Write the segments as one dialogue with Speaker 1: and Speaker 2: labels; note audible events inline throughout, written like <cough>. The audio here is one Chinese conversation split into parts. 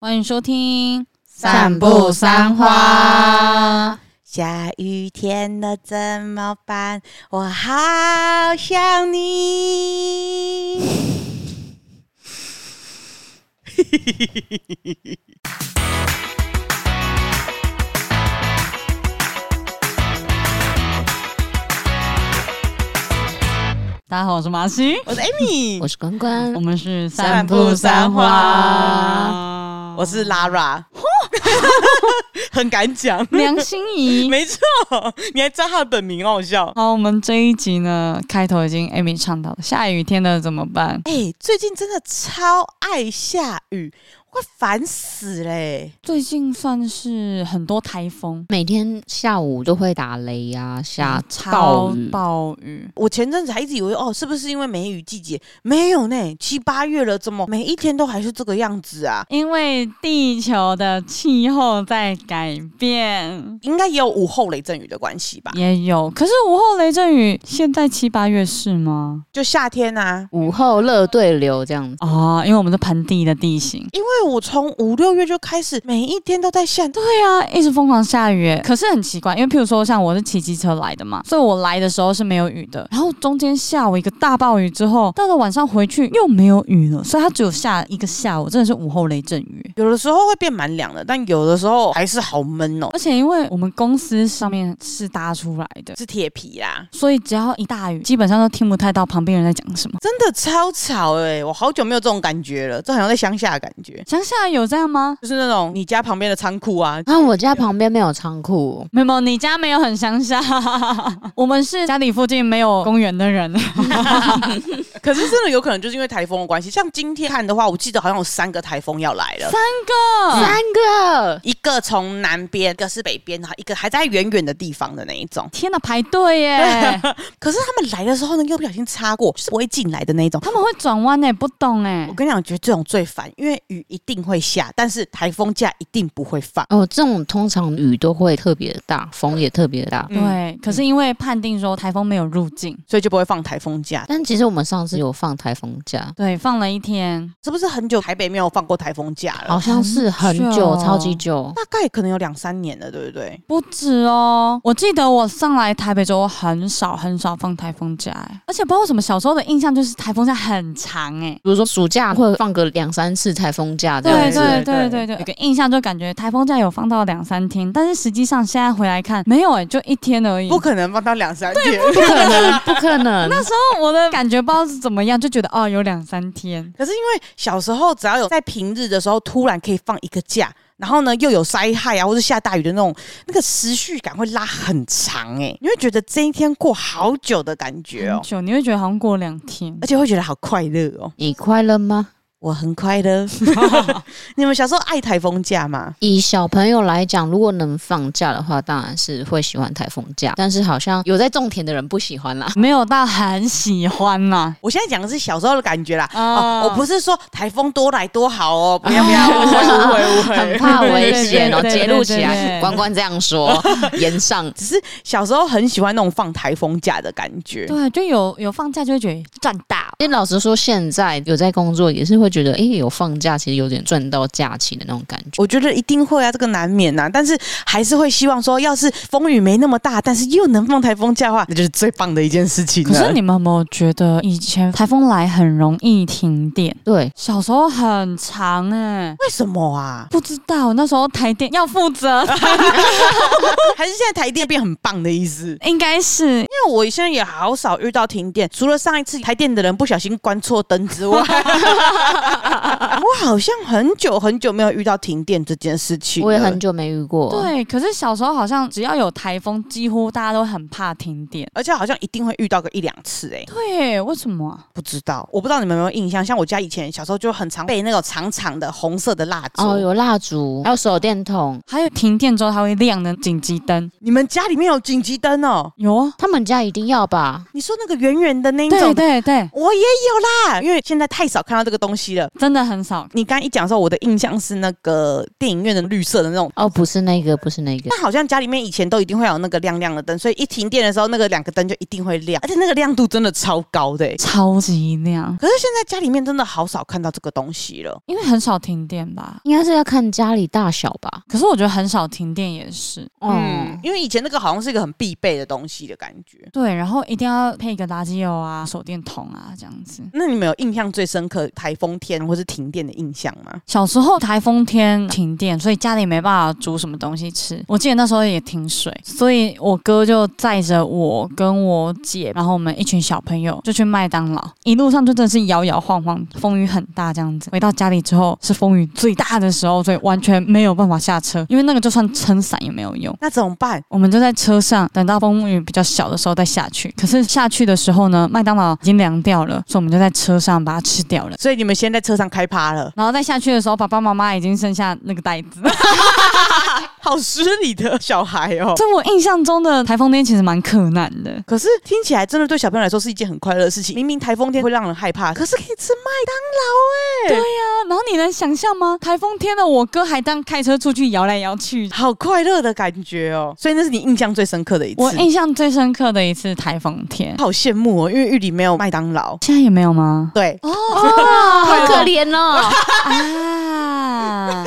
Speaker 1: 欢迎收听《
Speaker 2: 散步三花》。
Speaker 3: 下雨天了怎么办？我好想你。 <laughs>
Speaker 1: 大家好，我是马西，
Speaker 3: 我是 Amy，
Speaker 2: 我是关关
Speaker 1: 我，们是
Speaker 3: 散步三花我是 Lara，很敢讲，
Speaker 1: 梁心怡。
Speaker 3: 没错，你还知道他的本名，好笑。
Speaker 1: 好，我们这一集呢，开头已经 Amy 唱到了，下雨天了怎么办？
Speaker 3: 哎、最近真的超爱下雨，我快烦死嘞、
Speaker 1: 最近算是很多台风，
Speaker 2: 每天下午都会打雷啊，下
Speaker 1: 嗯超
Speaker 2: 暴雨。
Speaker 1: 暴雨，
Speaker 3: 我前阵子还一直以为哦，是不是因为梅雨季节？没有呢，七八月了，怎么每一天都还是这个样子啊？
Speaker 1: 因为地球的气候在改变。
Speaker 3: 应该也有午后雷阵雨的关系吧？
Speaker 1: 也有，可是午后雷阵雨现在七八月是吗？
Speaker 3: 就夏天啊，
Speaker 2: 午后热对流这样子，
Speaker 1: 啊，因为我们是盆地的地形，
Speaker 3: 因为我从五六月就开始，每一天都在下。
Speaker 1: 对啊，一直疯狂下雨耶，可是很奇怪，因为譬如说像我是骑机车来的嘛，所以我来的时候是没有雨的，然后中间下午一个大暴雨之后，到了晚上回去又没有雨了，所以它只有下一个下午，真的是午后雷阵雨。
Speaker 3: 有的时候会变蛮凉的，但有的时候还是好闷哦，
Speaker 1: 而且因为我们公司上面是搭出来的，
Speaker 3: 是铁皮啦，
Speaker 1: 所以只要一大雨，基本上都听不太到旁边人在讲什么。
Speaker 3: 真的超吵哎、我好久没有这种感觉了，这好像在乡下的感觉，
Speaker 1: 乡下有这样吗？
Speaker 3: 就是那种你家旁边的仓库啊， <laughs>
Speaker 2: 然后我家旁边没有仓库，
Speaker 1: 没有没有，你家没有很乡下， <laughs> 我们是家里附近没有公园的 <laughs> 人。
Speaker 3: 可是真的有可能就是因为台风的关系，像今天看的话，我记得好像有三个台风要来了。
Speaker 1: 嗯
Speaker 2: 三个
Speaker 3: 一个从南边，一个是北边，然后一个还在远远的地方的那一种。
Speaker 1: 天哪，排队
Speaker 3: <laughs>
Speaker 1: 耶！
Speaker 3: 可是他们来的时候呢，又不小心擦过，就是不会进来的那一种。
Speaker 1: 他们会转弯呢，不懂哎、
Speaker 3: 我跟你讲，我觉得这种最烦，因为雨一定会下，但是台风假一定不会放。
Speaker 2: 哦，这种通常雨都会特别大，风也特别大。
Speaker 3: 嗯
Speaker 1: 对，可是因为判定说台风没有入境，
Speaker 3: 所以就不会放台风假，
Speaker 2: 但其实我们上次有放台风假，
Speaker 1: 对，放了一天，
Speaker 3: 是不是很久台北没有放过台风假
Speaker 2: 好
Speaker 3: 了？
Speaker 2: 像是很
Speaker 1: 很久
Speaker 2: 久，超级久。
Speaker 3: 大概可能有两三年了，对不对？
Speaker 1: 不止哦。我记得我上来台北之后，很少很少放台风假、欸，而且不知道为什么小时候的印象就是台风假很长哎、
Speaker 2: 比如说暑假会放个两三次台风假这
Speaker 1: 对
Speaker 2: 样子，
Speaker 1: 对
Speaker 3: 对
Speaker 1: 对
Speaker 3: 对
Speaker 1: 对对，有个印象就感觉台风假有放到两三天，但是实际上现在回来看没有哎、就一天而已。
Speaker 3: 不可能放到两三天。
Speaker 2: 不可能，不可能。
Speaker 1: 那时候我的感觉不知道是怎么样，就觉得哦有两三天，
Speaker 3: 可是因为小时候只要有在平日的时候突然可以放一个假，然后呢又有灾害啊，或是下大雨的那种，那个时序感会拉很长哎、你会觉得这一天过好久的感觉哦
Speaker 1: 很，久你会觉得好像过了两天
Speaker 3: 而。且会觉得好快乐哦。
Speaker 2: 你快乐吗？
Speaker 3: 我很快乐。 <laughs> 你们小时候爱台风假吗？
Speaker 2: 以小朋友来讲，如果能放假的话，当然是会喜欢台风假。但是好像有在种田的人不喜欢
Speaker 1: <laughs>
Speaker 2: 啦。
Speaker 1: 没有到很喜欢呐、
Speaker 3: 我现在讲的是小时候的感觉啦。
Speaker 1: 啊
Speaker 3: 哦，我不是说台风多来多好哦，不要
Speaker 1: <laughs>
Speaker 3: 不要，误会误会误
Speaker 2: 很
Speaker 3: 会。
Speaker 2: 怕危险哦，
Speaker 1: 对对对
Speaker 2: 揭露起
Speaker 1: 对对对
Speaker 2: 来。关关这样说，言上
Speaker 3: 只是小时候很喜欢那种放台风假的感觉。
Speaker 1: 对，就有有放假就会觉得赚大。
Speaker 2: 其实老实说，现在有在工作，也是会觉得，哎、有放假，其实有点赚到假期的那种感觉。
Speaker 3: 我觉得一定会啊，这个难免呐、但是还是会希望说，要是风雨没那么大，但是又能放台风假的话，那就是最棒的一件事情了。
Speaker 1: 可是你们有没有觉得以前台风来很容易停电？
Speaker 2: 对，
Speaker 1: 小时候很长哎、
Speaker 3: 为什么啊？
Speaker 1: 不知道那时候台电要负 <laughs> 责，
Speaker 3: 还是现在台电变很棒的意思？
Speaker 1: 应该是
Speaker 3: 因为我现在也好少遇到停电，除了上一次台电的人不小心关错灯之
Speaker 2: <laughs>
Speaker 3: 外，我好像很久很久没有遇到停电这件事情了。
Speaker 2: 我也很久没遇过。，
Speaker 1: 对。可是小时候好像只要有台风，几乎大家都很怕停电。
Speaker 3: 而且好像一定会遇到个一两次、欸，哎，
Speaker 1: 对，为什么啊、
Speaker 3: 不知道，我不知道你们有没有印象，像我家以前小时候就很常备那种长长的红色的蜡烛。
Speaker 2: 哦，有蜡烛，还有手电筒。
Speaker 1: 还有停电之后它会亮的紧急灯，
Speaker 3: 你们家里面有紧急灯哦？
Speaker 1: 有啊，
Speaker 2: 他们家一定要吧？
Speaker 3: 你说那个圆圆的那一
Speaker 1: 对
Speaker 3: 种的，
Speaker 1: 对对，
Speaker 3: 我也有啦，因为现在太少看到这个东西了。
Speaker 1: 真的很少。
Speaker 3: 你刚一讲的时候，我的印象是那个电影院的绿色的那种。
Speaker 2: 哦，不是那个，不是那个，
Speaker 3: 那好像家里面以前都一定会有那个亮亮的灯，所以一停电的时候，那个两个灯就一定会亮，而且那个亮度真的超高的欸、
Speaker 1: 超级亮，
Speaker 3: 可是现在家里面真的好少看到这个东西了。
Speaker 1: 因为很少停电吧。
Speaker 2: 应该是要看家里大小吧。
Speaker 1: 可是我觉得很少停电也是
Speaker 3: 嗯
Speaker 2: 嗯，，
Speaker 3: 因为以前那个好像是一个很必备的东西的感觉。
Speaker 1: 对，然后一定要配一个垃圾油啊、手电筒啊这样子。
Speaker 3: 那你们有印象最深刻台风天或是停电的印象吗？
Speaker 1: 小时候台风天停电，所以家里没办法煮什么东西吃。我记得那时候也停水，所以我哥就载着我跟我姐，然后我们一群小朋友就去麦当劳，一路上就真的是摇摇晃晃，风雨很大这样子。回到家里之后是风雨最大的时候，所以完全没有办法下车，因为那个就算撑伞也没有用。
Speaker 3: 那怎么办？
Speaker 1: 我们就在车上等到风雨比较小的时候再下去。可是下去的时候呢，麦当劳已经凉掉了，所以我们就在车上把它吃掉了。
Speaker 3: 所以你们先在车上开趴了，
Speaker 1: 然后再下去的时候，爸爸妈妈已经剩下那个袋子。
Speaker 3: 好失礼的小孩哦。
Speaker 1: 在我印象中的台风天其实蛮可难的。
Speaker 3: 可是听起来真的对小朋友来说是一件很快乐的事情。明明台风天会让人害怕，可是可以吃麦当劳哎、
Speaker 1: 对啊，然后你能想象吗？台风天的我哥还当开车出去摇来摇去。
Speaker 3: 好快乐的感觉哦。所以那是你印象最深刻的一次。
Speaker 1: 我印象最深刻的一次台风天，
Speaker 3: 好羡慕哦，因为玉里没有麦当劳。
Speaker 1: 现在也没有吗？
Speaker 3: <laughs> 对，
Speaker 1: <laughs>
Speaker 2: 哦，好可怜哦。
Speaker 1: 啊，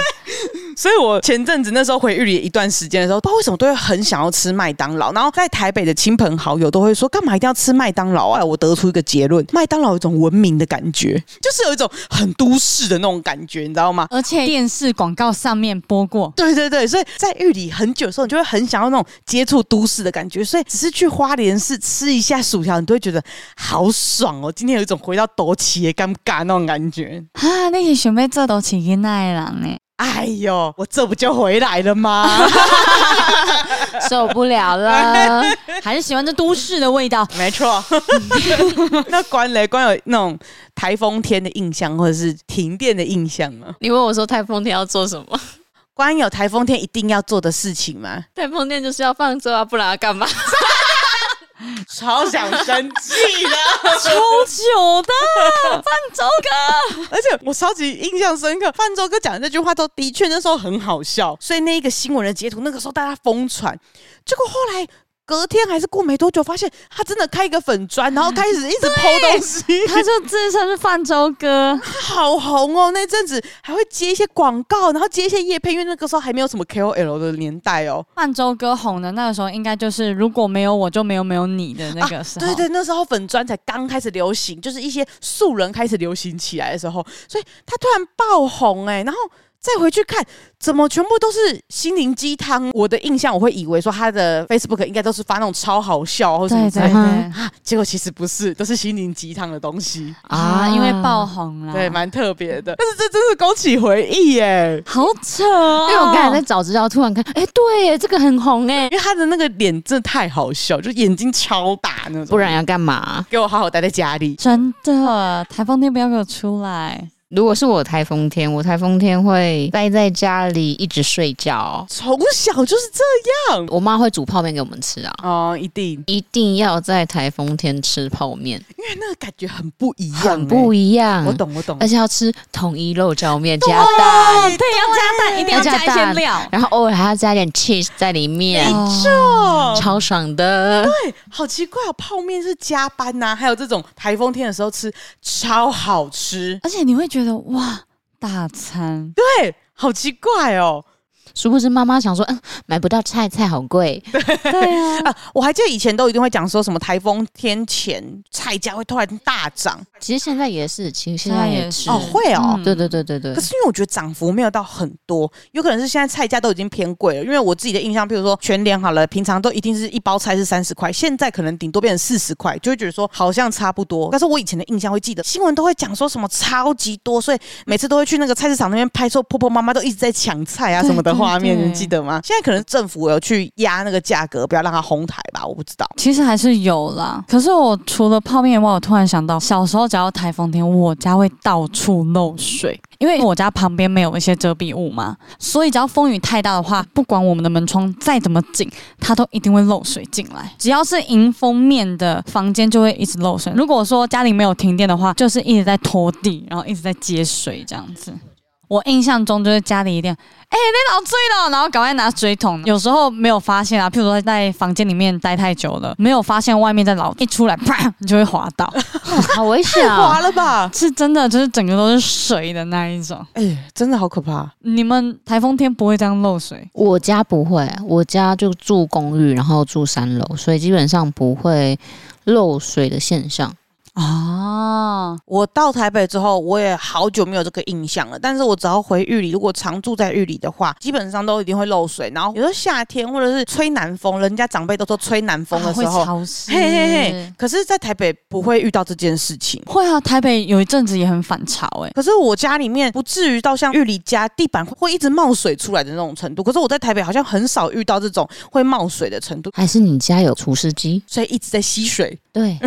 Speaker 3: 所以我前阵子那时候回玉里一段时间的时候，不知道为什么都会很想要吃麦当劳。然后在台北的亲朋好友都会说，干嘛一定要吃麦当劳啊？我得出一个结论，麦当劳有一种文明的感觉，就是有一种很都市的那种感觉，你知道吗？
Speaker 1: <laughs> 而且电视广告上面播过。
Speaker 3: 对对对，所以在玉里很久的时候，你就会很想要那种接触都市的感觉，所以只是去花莲市吃一下薯条，你都会觉得好爽哦！今天有一种回到斗起的尴尬那种感觉。
Speaker 1: 啊，那些想要做到起囡仔的人呢？
Speaker 3: <laughs> 哎呦，我这不就回来了吗？
Speaker 2: 受不了了。
Speaker 1: 还是喜欢这都市的味道？
Speaker 3: 没错。 <laughs> 那关雷关有那种台风天的印象，或者是停电的印象吗？
Speaker 2: 你问我说台风天要做什么？
Speaker 3: 关有台风天一定要做的事情吗？
Speaker 2: 台风天就是要放松啊，不然要干嘛？
Speaker 3: 超想生气的。
Speaker 1: 超久的泛舟哥，
Speaker 3: 而且我超级印象深刻，范舟哥讲的那句话都的确那时候很好笑，所以那一个新闻的截图，那个时候大家疯传，结果后来。隔天还是过没多久，发现他真的开一个粉砖，然后开始一直抛东西，
Speaker 1: 他就自称是泛舟哥。
Speaker 3: <laughs> 好红哦。那阵子还会接一些广告，然后接一些夜配，因为那个时候还没有什么 KOL 的年代哦。
Speaker 1: 泛舟哥红的那个时候，应该就是如果没有我就没有没有你的那
Speaker 2: 啊
Speaker 1: 个时候。
Speaker 3: 对对，那时候粉砖才刚开始流行，就是一些素人开始流行起来的时候，所以他突然爆红哎、然后。再回去看，怎么全部都是心灵鸡汤？我的印象，我会以为说他的 Facebook 应该都是发那种超好笑或什么
Speaker 1: 对
Speaker 3: 之
Speaker 1: 对啊
Speaker 3: 类的，
Speaker 1: 对
Speaker 3: 结果其实不是，都是心灵鸡汤的东西，
Speaker 1: <laughs> 啊，因为爆红了，
Speaker 3: 对，蛮特别的。但是这真是勾起回忆耶，
Speaker 1: 好扯哦。
Speaker 2: <laughs> 因为我刚才在找资料，突然看，哎、对耶，这个很红哎。
Speaker 3: 因为他的那个脸真的太好笑，就眼睛超大那种。
Speaker 2: 不然要干嘛？
Speaker 3: 给我好好待在家里，
Speaker 1: 真的台风天不要给我出来，
Speaker 2: 如果是我台风天，我台风天会待在家里一直睡觉。
Speaker 3: 从小就是这样
Speaker 2: 我妈会煮泡面给我们吃啊，
Speaker 3: 哦，一定。
Speaker 2: 一定要在台风天吃泡面，
Speaker 3: 那个感觉很不一样、
Speaker 2: 很不
Speaker 3: 一
Speaker 2: 一样。
Speaker 3: 我，懂，我啊懂
Speaker 2: 而。且要吃统一肉饺面加蛋，
Speaker 1: 对，要加蛋，哦一定要
Speaker 2: 要加
Speaker 1: 加一些
Speaker 2: 蛋
Speaker 1: 料。
Speaker 2: 然后偶尔还要加点 cheese 在里
Speaker 3: 啊
Speaker 2: 面，
Speaker 3: 哦，
Speaker 2: 超爽的。
Speaker 3: 好奇怪哦！泡面是加班呐、还有这种台风天的时候吃，超好吃。
Speaker 1: 而且你会觉得哇，大餐
Speaker 3: 对，好奇怪哦。
Speaker 2: 殊不知妈妈想说，嗯，买不到菜，菜好贵。
Speaker 1: 对啊，
Speaker 2: 嗯
Speaker 3: 啊，我还记得以前都一定会讲说什么台风天前菜价会突然大涨
Speaker 2: 其实现在也是，其实
Speaker 1: 现
Speaker 2: 现
Speaker 1: 在
Speaker 2: 在
Speaker 1: 也
Speaker 2: 也是。
Speaker 1: 是
Speaker 3: 哦，会哦。
Speaker 1: 嗯
Speaker 2: 对对对对对
Speaker 3: 可。是因为我觉得涨幅没有到很多，有可能是现在菜价都已经偏贵了。因为我自己的印象，譬如说全联好了，平常都一定是一包菜是三十块，现在可能顶多变成四十块，就会觉得说好像差不多。但是我以前的印象会记得，新闻都会讲说什么超级多，所以每次都会去那个菜市场那边拍，说婆婆妈妈都一直在抢菜啊什么的，
Speaker 1: 对
Speaker 3: 画面，
Speaker 1: 对
Speaker 3: 你记得吗？现在可能政府有去压那个价格，不要让它哄抬吧，我不知道。
Speaker 1: 其实还是有啦，可是我除了泡面以外，我突然想到，小时候只要台风天，我家会到处漏水，因为我家旁边没有一些遮蔽物嘛，所以只要风雨太大的话，不管我们的门窗再怎么紧，它都一定会漏水进来。只要是迎风面的房间，就会一直漏水。如果说家里没有停电的话，就是一直在拖地，然后一直在接水这样子。我印象中就是家里一定要，哎、你老醉了，然后赶快拿水桶。有时候没有发现啊，譬如说在房间里面待太久了，没有发现外面在老，一出来啪，你就会滑倒， <laughs>
Speaker 2: 好危险
Speaker 3: 太滑
Speaker 2: 啊！
Speaker 3: 了吧？
Speaker 1: 是真的，就是整个都是水的那一种。
Speaker 3: 哎、真的好可怕！
Speaker 1: 你们台风天不会这样漏水？
Speaker 2: 我家不会，我家就住公寓，然后住三楼，所以基本上不会漏水的现象。
Speaker 1: 啊，
Speaker 3: 我到台北之后，我也好久没有这个印象了。但是我只要回玉里，如果常住在玉里的话，基本上都一定会漏水。然后有时候夏天或者是吹南风，人家长辈都说吹南风的时候，
Speaker 1: 啊会潮湿，
Speaker 3: 嘿嘿嘿。可是，在台北不会遇到这件事情。
Speaker 1: 会啊，台北有一阵子也很反潮、
Speaker 3: <laughs>
Speaker 1: 哎，
Speaker 3: 可是我家里面不至于到像玉里家地板会一直冒水出来的那种程度。可是我在台北好像很少遇到这种会冒水的程度，
Speaker 2: 还是你家有除湿机？
Speaker 3: 所以一直在吸水。
Speaker 2: 对，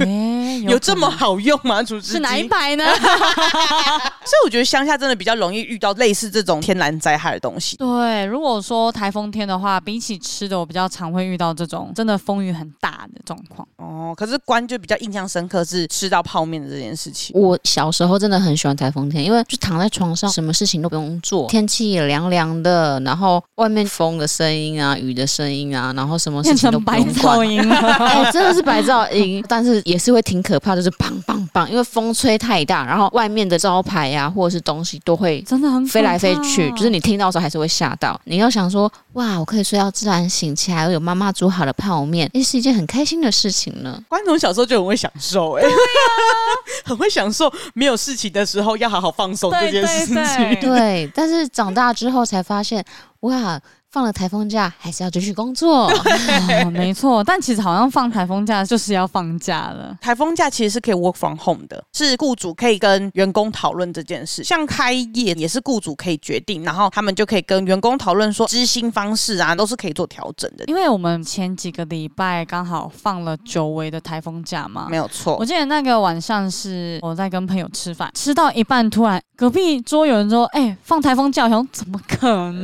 Speaker 1: 哎
Speaker 3: 有这么好用吗？除湿
Speaker 1: 是哪一
Speaker 3: 机
Speaker 1: 排
Speaker 3: <laughs>
Speaker 1: 呢？
Speaker 3: 所以我觉得乡下真的比较容易遇到类似这种天然灾害的东西。
Speaker 1: 对，如果说台风天的话，比起吃的，我比较常会遇到这种真的风雨很大的状况。
Speaker 3: 哦，可是关就比较印象深刻是吃到泡面的这件事情。
Speaker 2: 我小时候真的很喜欢台风天，因为就躺在床上，什么事情都不用做，天气也凉凉的，然后外面风的声音啊，雨的声音啊，然后什么事
Speaker 1: 变
Speaker 2: 情都
Speaker 1: 成
Speaker 2: 不
Speaker 1: 白
Speaker 2: 用
Speaker 1: 噪 <laughs>
Speaker 2: 管。
Speaker 1: 音了。
Speaker 2: 哎、真的是白噪音，但是也是会挺可怕，就是砰砰砰，因为风吹太大，然后外面的招牌呀、或者是东西都会
Speaker 1: 真的很
Speaker 2: 飞来飞去，就是
Speaker 1: 你
Speaker 2: 你听到的时候还是会吓到。你要想说，哇，我可以睡到自然醒，起来我有妈妈煮好的泡面，也是一件很开心的事情呢。
Speaker 3: 关总小时候就很会享受、哎、 <laughs> 很会享受没有事情的时候要好好放松这
Speaker 1: 啊对
Speaker 3: 件事
Speaker 1: 对
Speaker 3: 情。
Speaker 1: 对，
Speaker 2: 对，但是长大之后才发现，哇，放了台风假还是要继续工作。 <laughs>
Speaker 1: 啊没错。但其实好像放台风假就是要放假了。
Speaker 3: <laughs> 台风假其实是可以 work from home 的，是雇主可以跟员工讨论这件事。像开业也是雇主可以决定，然后他们就可以跟员工讨论说知薪方式啊，都是可以做调整的。
Speaker 1: 因为我们前几个礼拜刚好放了久违的台风假嘛
Speaker 3: 没，有错
Speaker 1: 我，记得那个晚上是我在跟朋友吃饭，吃到一半突然隔壁桌有人说：“哎、放台风假！”我想说怎么可能？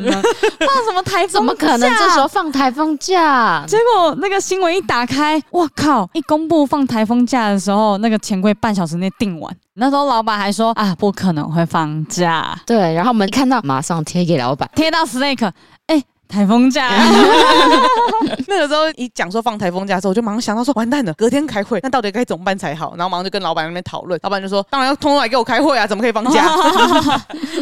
Speaker 1: 放什么台风假？
Speaker 2: 怎么可能这时候放台风假？
Speaker 1: 结果那个新闻一打开，我靠！一公布放台风假的时候，那个钱柜半小时内订完。那时候老板还说啊，不可能会放假， <laughs>
Speaker 2: 对，然后我们看到马上贴给老板，
Speaker 1: 贴到 Snake，哎、台风 <laughs> 假，
Speaker 3: <laughs> 那个时候一讲说放台风假的时候，我就马上想到说完蛋了，隔天开会，那到底该怎么办才好？然后马上就跟老板那边讨论，老板就说当然要通通来给我开会啊，怎么可以放假？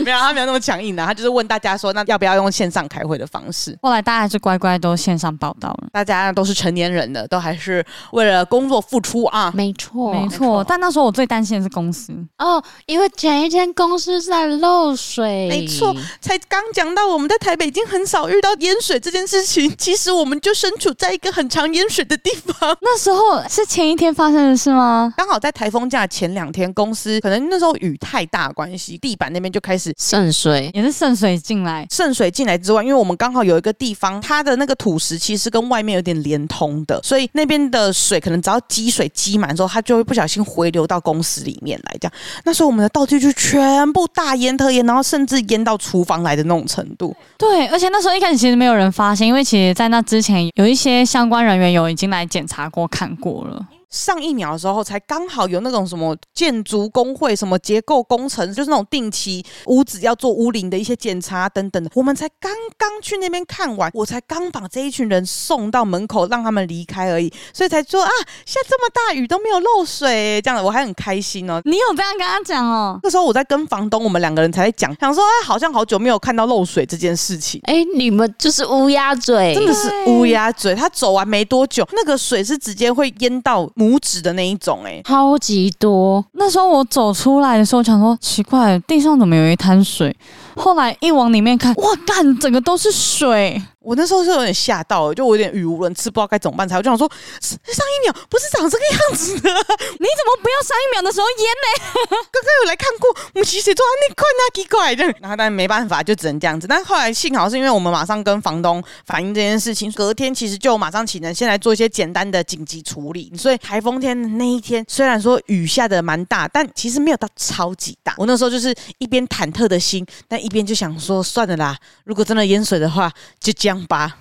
Speaker 3: 没有，他没有那么强硬的、啊，他就是问大家说那要不要用线上开会的方式？
Speaker 1: 后来大家还是乖乖都线上报道了。
Speaker 3: 大家都是成年人了，都还是为了工作付出啊。
Speaker 2: 没错，
Speaker 1: 没错，但那时候我最担心的是公司，
Speaker 2: 哦，因为前一天公司在漏水，
Speaker 3: 没错才刚讲到我们在台北已经很少遇到淹水这件事情，其实我们就身处在一个很常淹水的地方。
Speaker 1: <laughs> 那时候是前一天发生的事吗？
Speaker 3: 刚好在台风假前两天，公司可能那时候雨太大的关系，地板那边就开始
Speaker 2: 渗水。
Speaker 1: 也是渗水进来，
Speaker 3: 渗水进来之外，因为我们刚好有一个地方，它的那个土石其实跟外面有点连通的，所以那边的水可能只要积水积满之后，它就会不小心回流到公司里面来。这样，那时候我们的道具就全部大淹特淹，然后甚至淹到厨房来的那种程度。
Speaker 1: 对，而且那时候一开始其实没有人发现，因为其实在那之前有一些相关人员有已经来检查过、看过了。
Speaker 3: 上一秒的时候，才刚好有那种什么建筑工会、什么结构工程，就是那种定期屋子要做屋龄的一些检查等等的。我们才刚刚去那边看完，我才刚把这一群人送到门口，让他们离开而已，所以才说啊，下这么大雨都没有漏水，这样我还很开心哦。
Speaker 1: 你有这样跟他讲哦？
Speaker 3: 那时候我在跟房东，我们两个人才在讲，想说哎，好像好久没有看到漏水这件事情。
Speaker 2: 哎，你们就是乌鸦嘴，
Speaker 3: 真的是乌鸦嘴，他走完没多久，那个水是直接会淹到拇指的那一种、哎，
Speaker 2: 超级多，
Speaker 1: 那时候我走出来的时候，想说奇怪，地上怎么有一滩水？后来一往里面看，哇，干，整个都是水！
Speaker 3: 我那时候是有点吓到，就我有点语无伦次，不知道该怎么办才。我就想说，上一秒不是长这个样子
Speaker 1: <laughs>
Speaker 3: 的，
Speaker 1: 你怎么不要上一秒的时候演呢？
Speaker 3: 有来看过，母鸡谁做那块那啊奇怪的，然后但没办法，就只能这样子。但后来幸好是因为我们马上跟房东反映这件事情，隔天其实就马上请人先来做一些简单的紧急处理。所以台风天的那一天，虽然说雨下的蛮大，但其实没有到超级大。我那时候就是一边忐忑的心，但一边就想说算了啦，如果真的淹水的话，就这样吧。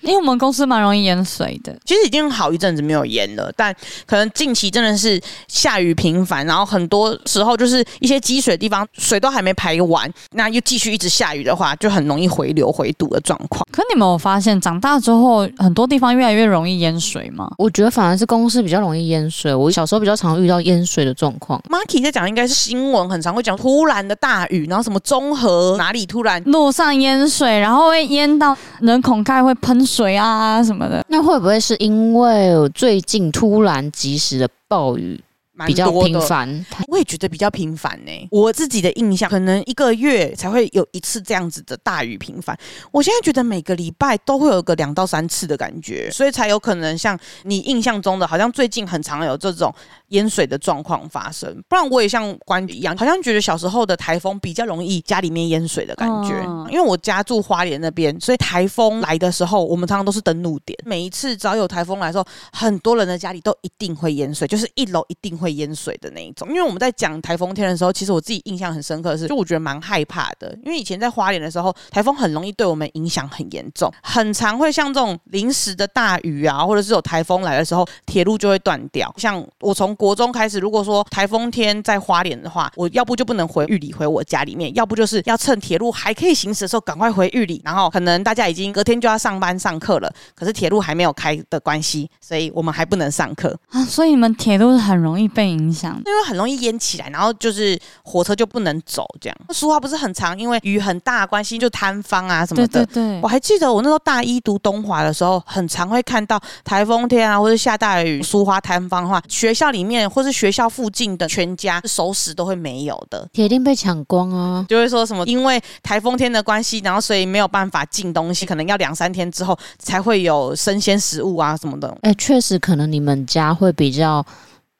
Speaker 1: 因为哎我们公司蛮容易淹水的，
Speaker 3: 其实已经好一阵子没有淹了，但可能近期真的是下雨频繁，然后很多时候就是一些积水的地方水都还没排完，那又继续一直下雨的话，就很容易回流回堵的状况。
Speaker 1: 可你们有发现长大之后很多地方越来越容易淹水吗？
Speaker 2: 我觉得反而是公司比较容易淹水，我小时候比较常遇到淹水的状况。
Speaker 3: Marky 在讲应该是新闻，很常会讲突然的大雨，然后什么综合哪里突然
Speaker 1: 路上淹水，然后会淹到人孔盖会喷水啊什么的。
Speaker 2: 那会不会是因为最近突然及时的暴雨
Speaker 3: 蛮
Speaker 2: 比较
Speaker 3: 多
Speaker 2: 频
Speaker 3: 的。
Speaker 2: 繁？它
Speaker 3: 我也觉得比较频繁呢、我自己的印象，可能一个月才会有一次这样子的大雨频繁。我现在觉得每个礼拜都会有个两到三次的感觉，所以才有可能像你印象中的，好像最近很常有这种淹水的状况发生。不然我也像关一样，好像觉得小时候的台风比较容易家里面淹水的感觉。
Speaker 1: 嗯
Speaker 3: 因为我家住花莲那边，所以台风来的时候，我们常常都是登陆点。每一次只要有台风来的时候，很多人的家里都一定会淹水，就是一楼一定会淹水的那一种。因为我们在讲台风天的时候，其实我自己印象很深刻的是，就我觉得蛮害怕的，因为以前在花莲的时候，台风很容易对我们影响很严重，很常会像这种临时的大雨啊，或者是有台风来的时候，铁路就会断掉。像我从国中开始，如果说台风天在花莲的话，我要不就不能回玉里回我家里面，要不就是要趁铁路还可以行驶的时候赶快回玉里，然后可能大家已经隔天就要上班上课了，可是铁路还没有开的关系，所以我们还不能上课，
Speaker 1: 啊，所以你们铁路是很容易被影响的。
Speaker 3: 因为很容易淹起来，然后就是火车就不能走这样。苏花不是很长，因为雨很大的关系就塌方啊什么
Speaker 1: 对
Speaker 3: 的。
Speaker 1: 对对
Speaker 3: 我，还记得我那时候大一读东华的时候，很常会看到台风天啊，或者下大雨，苏花摊方的话，啊学校里面或是学校附近的全家 <laughs> 熟食都会没有的。
Speaker 2: 铁定被抢光啊！
Speaker 3: 就会说什么，因为台风天的关系，然后所以没有办法进东西，可能要两三天之后才会有生鲜食物啊什么的。
Speaker 2: 哎、确实，可能你们家会比较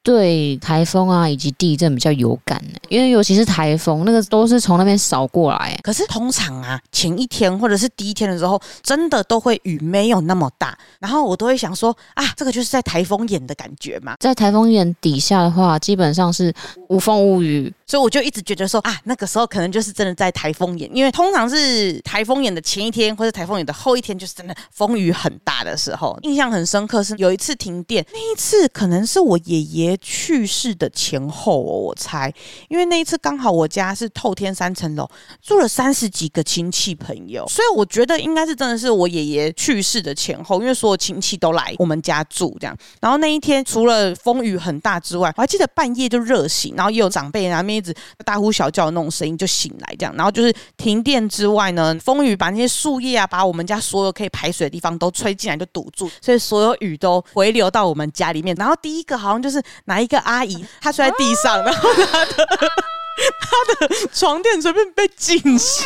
Speaker 2: 对台风啊以及地震比较有感、呢，因为尤其是台风，那个都是从那边扫过来、欸
Speaker 3: 可是通常啊，前一天或者是第一天的时候，真的都会雨没有那么大，然后我都会想说啊，这个就是在台风眼的感觉嘛，
Speaker 2: 在台风眼底下的话，基本上是无风无雨，
Speaker 3: 所以我就一直觉得说啊，那个时候可能就是真的在台风眼，因为通常是台风眼的前一天或者台风眼的后一天，就是真的风雨很大的时候。印象很深刻是有一次停电，那一次可能是我爷爷去世的前后哦，我猜，因为那一次刚好我家是透天三层楼，住了三十几个亲戚朋友，所以我觉得应该是真的是我爷爷去世的前后，因为所有亲戚都来我们家住这样。然后那一天除了风雨很大之外，我还记得半夜就热醒，然后也有长辈那边一直大呼小叫的那种声音就醒来这样。然后就是停电之外呢，风雨把那些树叶啊，把我们家所有可以排水的地方都吹进来就堵住，所以所有雨都回流到我们家里面。然后第一个好像就是哪一个阿姨，她睡在地上，然后她的她的床垫随便被浸湿。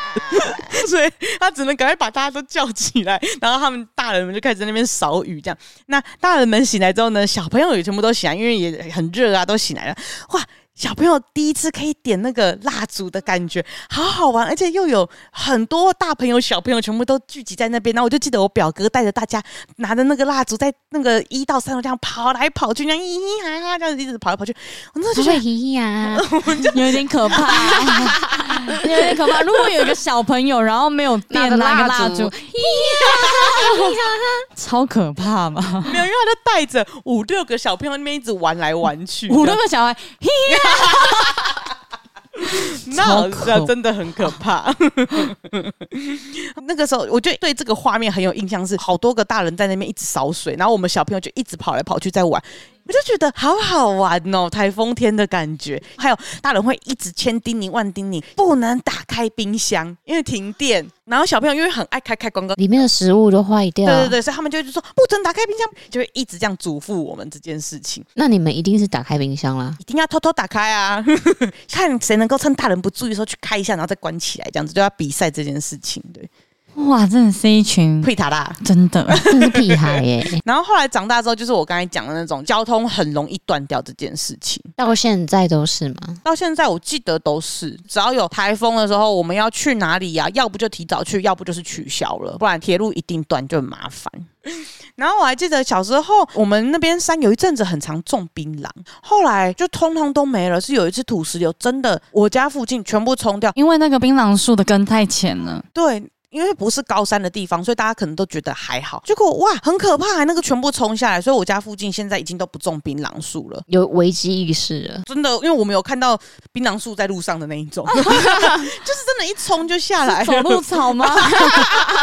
Speaker 3: <laughs> 所以他只能赶快把大家都叫起来，然后他们大人们就开始在那边扫雨，这样。那大人们醒来之后呢，小朋友也全部都醒来，因为也很热啊，都醒来了。哇，小朋友第一次可以点那个蜡烛的感觉，好好玩，而且又有很多大朋友、小朋友全部都聚集在那边。然后我就记得我表哥带着大家拿着那个蜡烛，在那个一到三楼这样跑来跑去，这样咿咿呀呀这样子一直跑来跑去。我那时候
Speaker 2: <laughs>
Speaker 3: 就觉得
Speaker 2: 咿呀，
Speaker 1: <laughs> 有点可怕、 <laughs> 有点可怕。如果有一个小朋友，然后没有
Speaker 2: 拿
Speaker 1: 电
Speaker 2: 个
Speaker 1: 拿个
Speaker 2: 蜡
Speaker 1: 蜡
Speaker 2: 烛
Speaker 1: <laughs> 烛，超可怕嘛！
Speaker 3: 没有，因为他就带着五六个小朋友那边一直玩来玩去，
Speaker 1: 五六个小孩，
Speaker 3: 那好
Speaker 1: 超
Speaker 3: 像
Speaker 1: 可
Speaker 3: 真的很可怕。 <laughs> 那个时候，我就对这个画面很有印象，是好多个大人在那边一直扫水，然后我们小朋友就一直跑来跑去在玩。我就觉得好好玩哦，台风天的感觉。还有大人会一直千叮咛万叮咛，不能打开冰箱，因为停电。然后小朋友因为很爱开开关关，
Speaker 2: 里面的食物都坏掉。
Speaker 3: 对对对，所以他们就一直说不准打开冰箱，就会一直这样嘱咐我们这件事情。
Speaker 2: 那你们一定是打开冰箱啦。
Speaker 3: 一定要偷偷打开啊， <laughs> 看谁能够趁大人不注意的时候去开一下，然后再关起来，这样子就要比赛这件事情。对，
Speaker 1: 哇，真的是一群
Speaker 3: 屁塔啦。
Speaker 1: 真的
Speaker 2: 真的是屁孩耶、 <laughs>
Speaker 3: 然后后来长大之后，就是我刚才讲的那种交通很容易断掉这件事情。
Speaker 2: 到现在都是吗？
Speaker 3: 到现在我记得都是，只要有台风的时候，我们要去哪里呀、要不就提早去，要不就是取消了，不然铁路一定断就很麻烦。然后我还记得小时候，我们那边山有一阵子很常种槟榔，后来就通通都没了。是有一次土石流，真的我家附近全部冲掉。
Speaker 1: 因为那个槟榔树的根太浅了，
Speaker 3: 对，因为不是高山的地方，所以大家可能都觉得还好。结果哇，很可怕，那个全部冲下来，所以我家附近现在已经都不种槟榔树了。
Speaker 2: 有危机意识了，
Speaker 3: 真的，因为我们有看到槟榔树在路上的那一种， <laughs> 就是真的，一冲就下来
Speaker 1: 是走路草 <laughs> 吗？
Speaker 3: <laughs>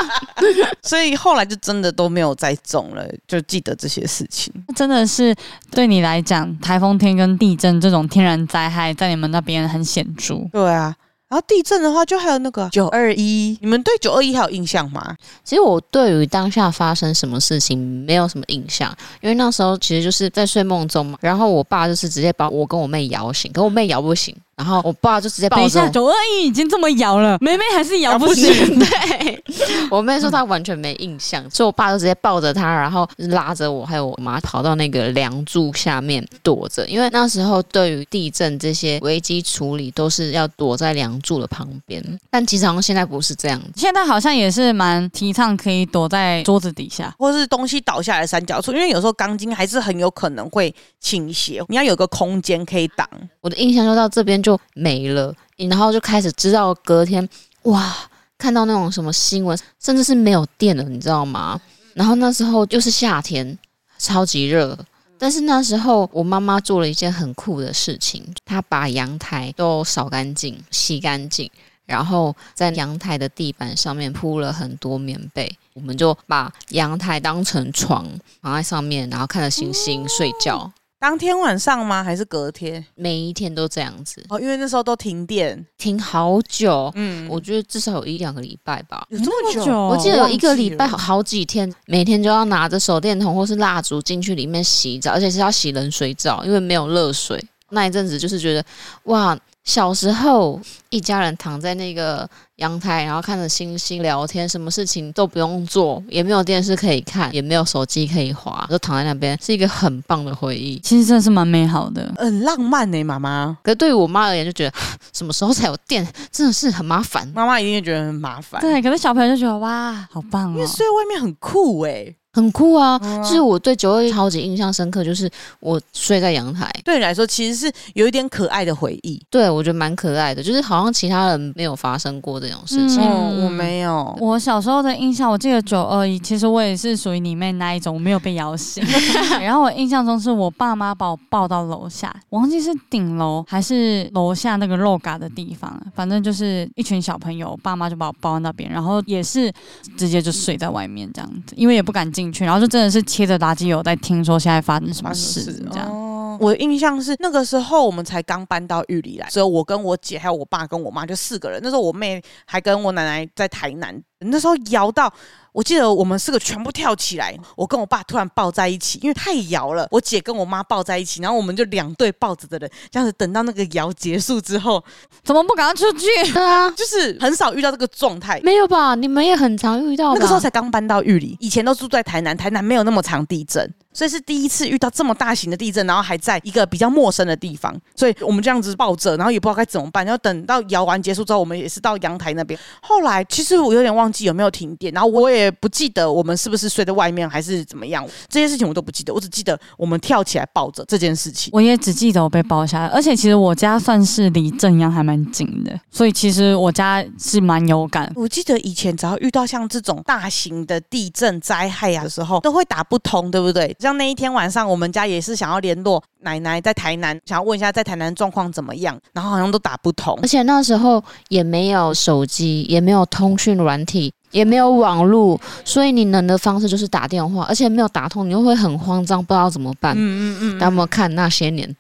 Speaker 3: 所以后来就真的都没有再种了，就记得这些事情。
Speaker 1: 真的是对你来讲，台风天跟地震这种天然灾害，在你们那边很显著。
Speaker 3: 对啊，然后地震的话，就还有那个九二一，你们对九二一还有印象吗？
Speaker 2: 其实我对于当下发生什么事情没有什么印象，因为那时候其实就是在睡梦中嘛。然后我爸就是直接把我跟我妹摇醒，可我妹摇不醒，然后我爸就直接抱
Speaker 1: 等一
Speaker 2: 着
Speaker 1: 下，
Speaker 2: 我。
Speaker 1: 九二一已经这么摇了，梅梅还是摇不
Speaker 3: 摇不
Speaker 1: 醒
Speaker 3: 醒。
Speaker 2: <laughs> 对，我妹说她完全没印象，所以我爸就直接抱着她，然后拉着我还有我妈跑到那个梁柱下面躲着，因为那时候对于地震这些危机处理都是要躲在梁柱的旁边，但其实好像现在不是这样子。
Speaker 1: 现在好像也是蛮提倡可以躲在桌子底下。
Speaker 3: 或是东西倒下来的三角处，因为有时候钢筋还是很有可能会倾斜，你要有个空间可以挡。
Speaker 2: 我的印象就到这边就没了，然后就开始知道隔天哇，看到那种什么新闻，甚至是没有电了，你知道吗？然后那时候就是夏天，超级热。但是那时候我妈妈做了一件很酷的事情，她把阳台都扫干净、洗干净，然后在阳台的地板上面铺了很多棉被。我们就把阳台当成床躺在上面，然后看着星星睡觉。
Speaker 3: 当天晚上吗？还是隔天？
Speaker 1: 嗯
Speaker 2: 每一天都这样子，
Speaker 3: 哦，因为那时候都停电。
Speaker 2: 停好久，
Speaker 3: 嗯，
Speaker 2: 我觉得至少有一两个礼拜吧。
Speaker 3: 有这么
Speaker 1: 嗯那么
Speaker 3: 久？
Speaker 2: 我记得有一个礼拜
Speaker 3: 忘记
Speaker 2: 好
Speaker 3: 了
Speaker 2: 好几天，每天就要拿着手电筒或是蜡烛进去里面洗澡，而且是要洗冷水澡，因为没有热水。那一阵子就是觉得，哇，小时候一家人躺在那个阳台，然后看着星星聊天，什么事情都不用做，也没有电视可以看，也没有手机可以滑，就躺在那边，是一个很棒的回忆。
Speaker 1: 其实真的是蛮美好的。
Speaker 3: 很浪漫呢、妈妈。
Speaker 2: 可是对于我妈而言，就觉得啊什么时候才有电，真的是很麻烦。
Speaker 3: 妈妈一定会觉得很麻烦，
Speaker 1: 对，可是小朋友就觉得哇，好棒
Speaker 3: 因
Speaker 1: 哦
Speaker 3: 为！睡外面很酷哎、
Speaker 2: 很酷啊！
Speaker 3: 嗯
Speaker 2: 就是我对九二一超级印象深刻，就是我睡在阳台，
Speaker 3: 对你来说其实是有一点可爱的回忆。
Speaker 2: 对我觉得蛮可爱的，就是好像其他人没有发生过这种事情。
Speaker 1: 嗯
Speaker 3: 嗯，我没有，
Speaker 1: 我小时候的印象，我记得九二一，其实我也是属于你妹那一种，我没有被摇醒。 <laughs> 然后我印象中是我爸妈把我抱到楼下，我忘记是顶楼还是楼下那个肉嘎的地方了，反正就是一群小朋友，我爸妈就把我抱到那边，然后也是直接就睡在外面这样子，因为也不敢进去，然后就真的是切着垃圾油在听说现在发生什么事这样。
Speaker 3: 哦我印象是那个时候我们才刚搬到玉里来，只有我跟我姐还有我爸跟我妈就四个人。那时候我妹还跟我奶奶在台南，那时候摇到。我记得我们四个全部跳起来，我跟我爸突然抱在一起，因为太摇了。我姐跟我妈抱在一起，然后我们就两对抱着的人，这样子等到那个摇结束之后，
Speaker 1: 怎么不赶快出去？
Speaker 3: 嗯
Speaker 2: 对啊，
Speaker 3: 就是很少遇到这个状态。
Speaker 2: 没有吧？你们也很常遇到吧？
Speaker 3: 那个时候才刚搬到玉里，以前都住在台南，台南没有那么长地震，所以是第一次遇到这么大型的地震，然后还在一个比较陌生的地方，所以我们这样子抱着，然后也不知道该怎么办，然后等到摇完结束之后，我们也是到阳台那边。后来其实我有点忘记有没有停电，然后我也不记得我们是不是睡在外面还是怎么样，这些事情我都不记得，我只记得我们跳起来抱着这件事情。
Speaker 1: 我也只记得我被包下来，而且其实我家算是离正阳还蛮近的，所以其实我家是蛮有感。
Speaker 3: 我记得以前只要遇到像这种大型的地震灾害啊的时候，都会打不通，对不对？像那一天晚上，我们家也是想要联络奶奶在台南，想要问一下在台南状况怎么样，然后好像都打不通
Speaker 2: 而。且那时候也没有手机，也没有通讯软体，也没有网络，所以你能的方式就是打电话，而且没有打通，你又会很慌张，不知道怎么办。
Speaker 3: 嗯嗯嗯，
Speaker 2: 那么看那些年，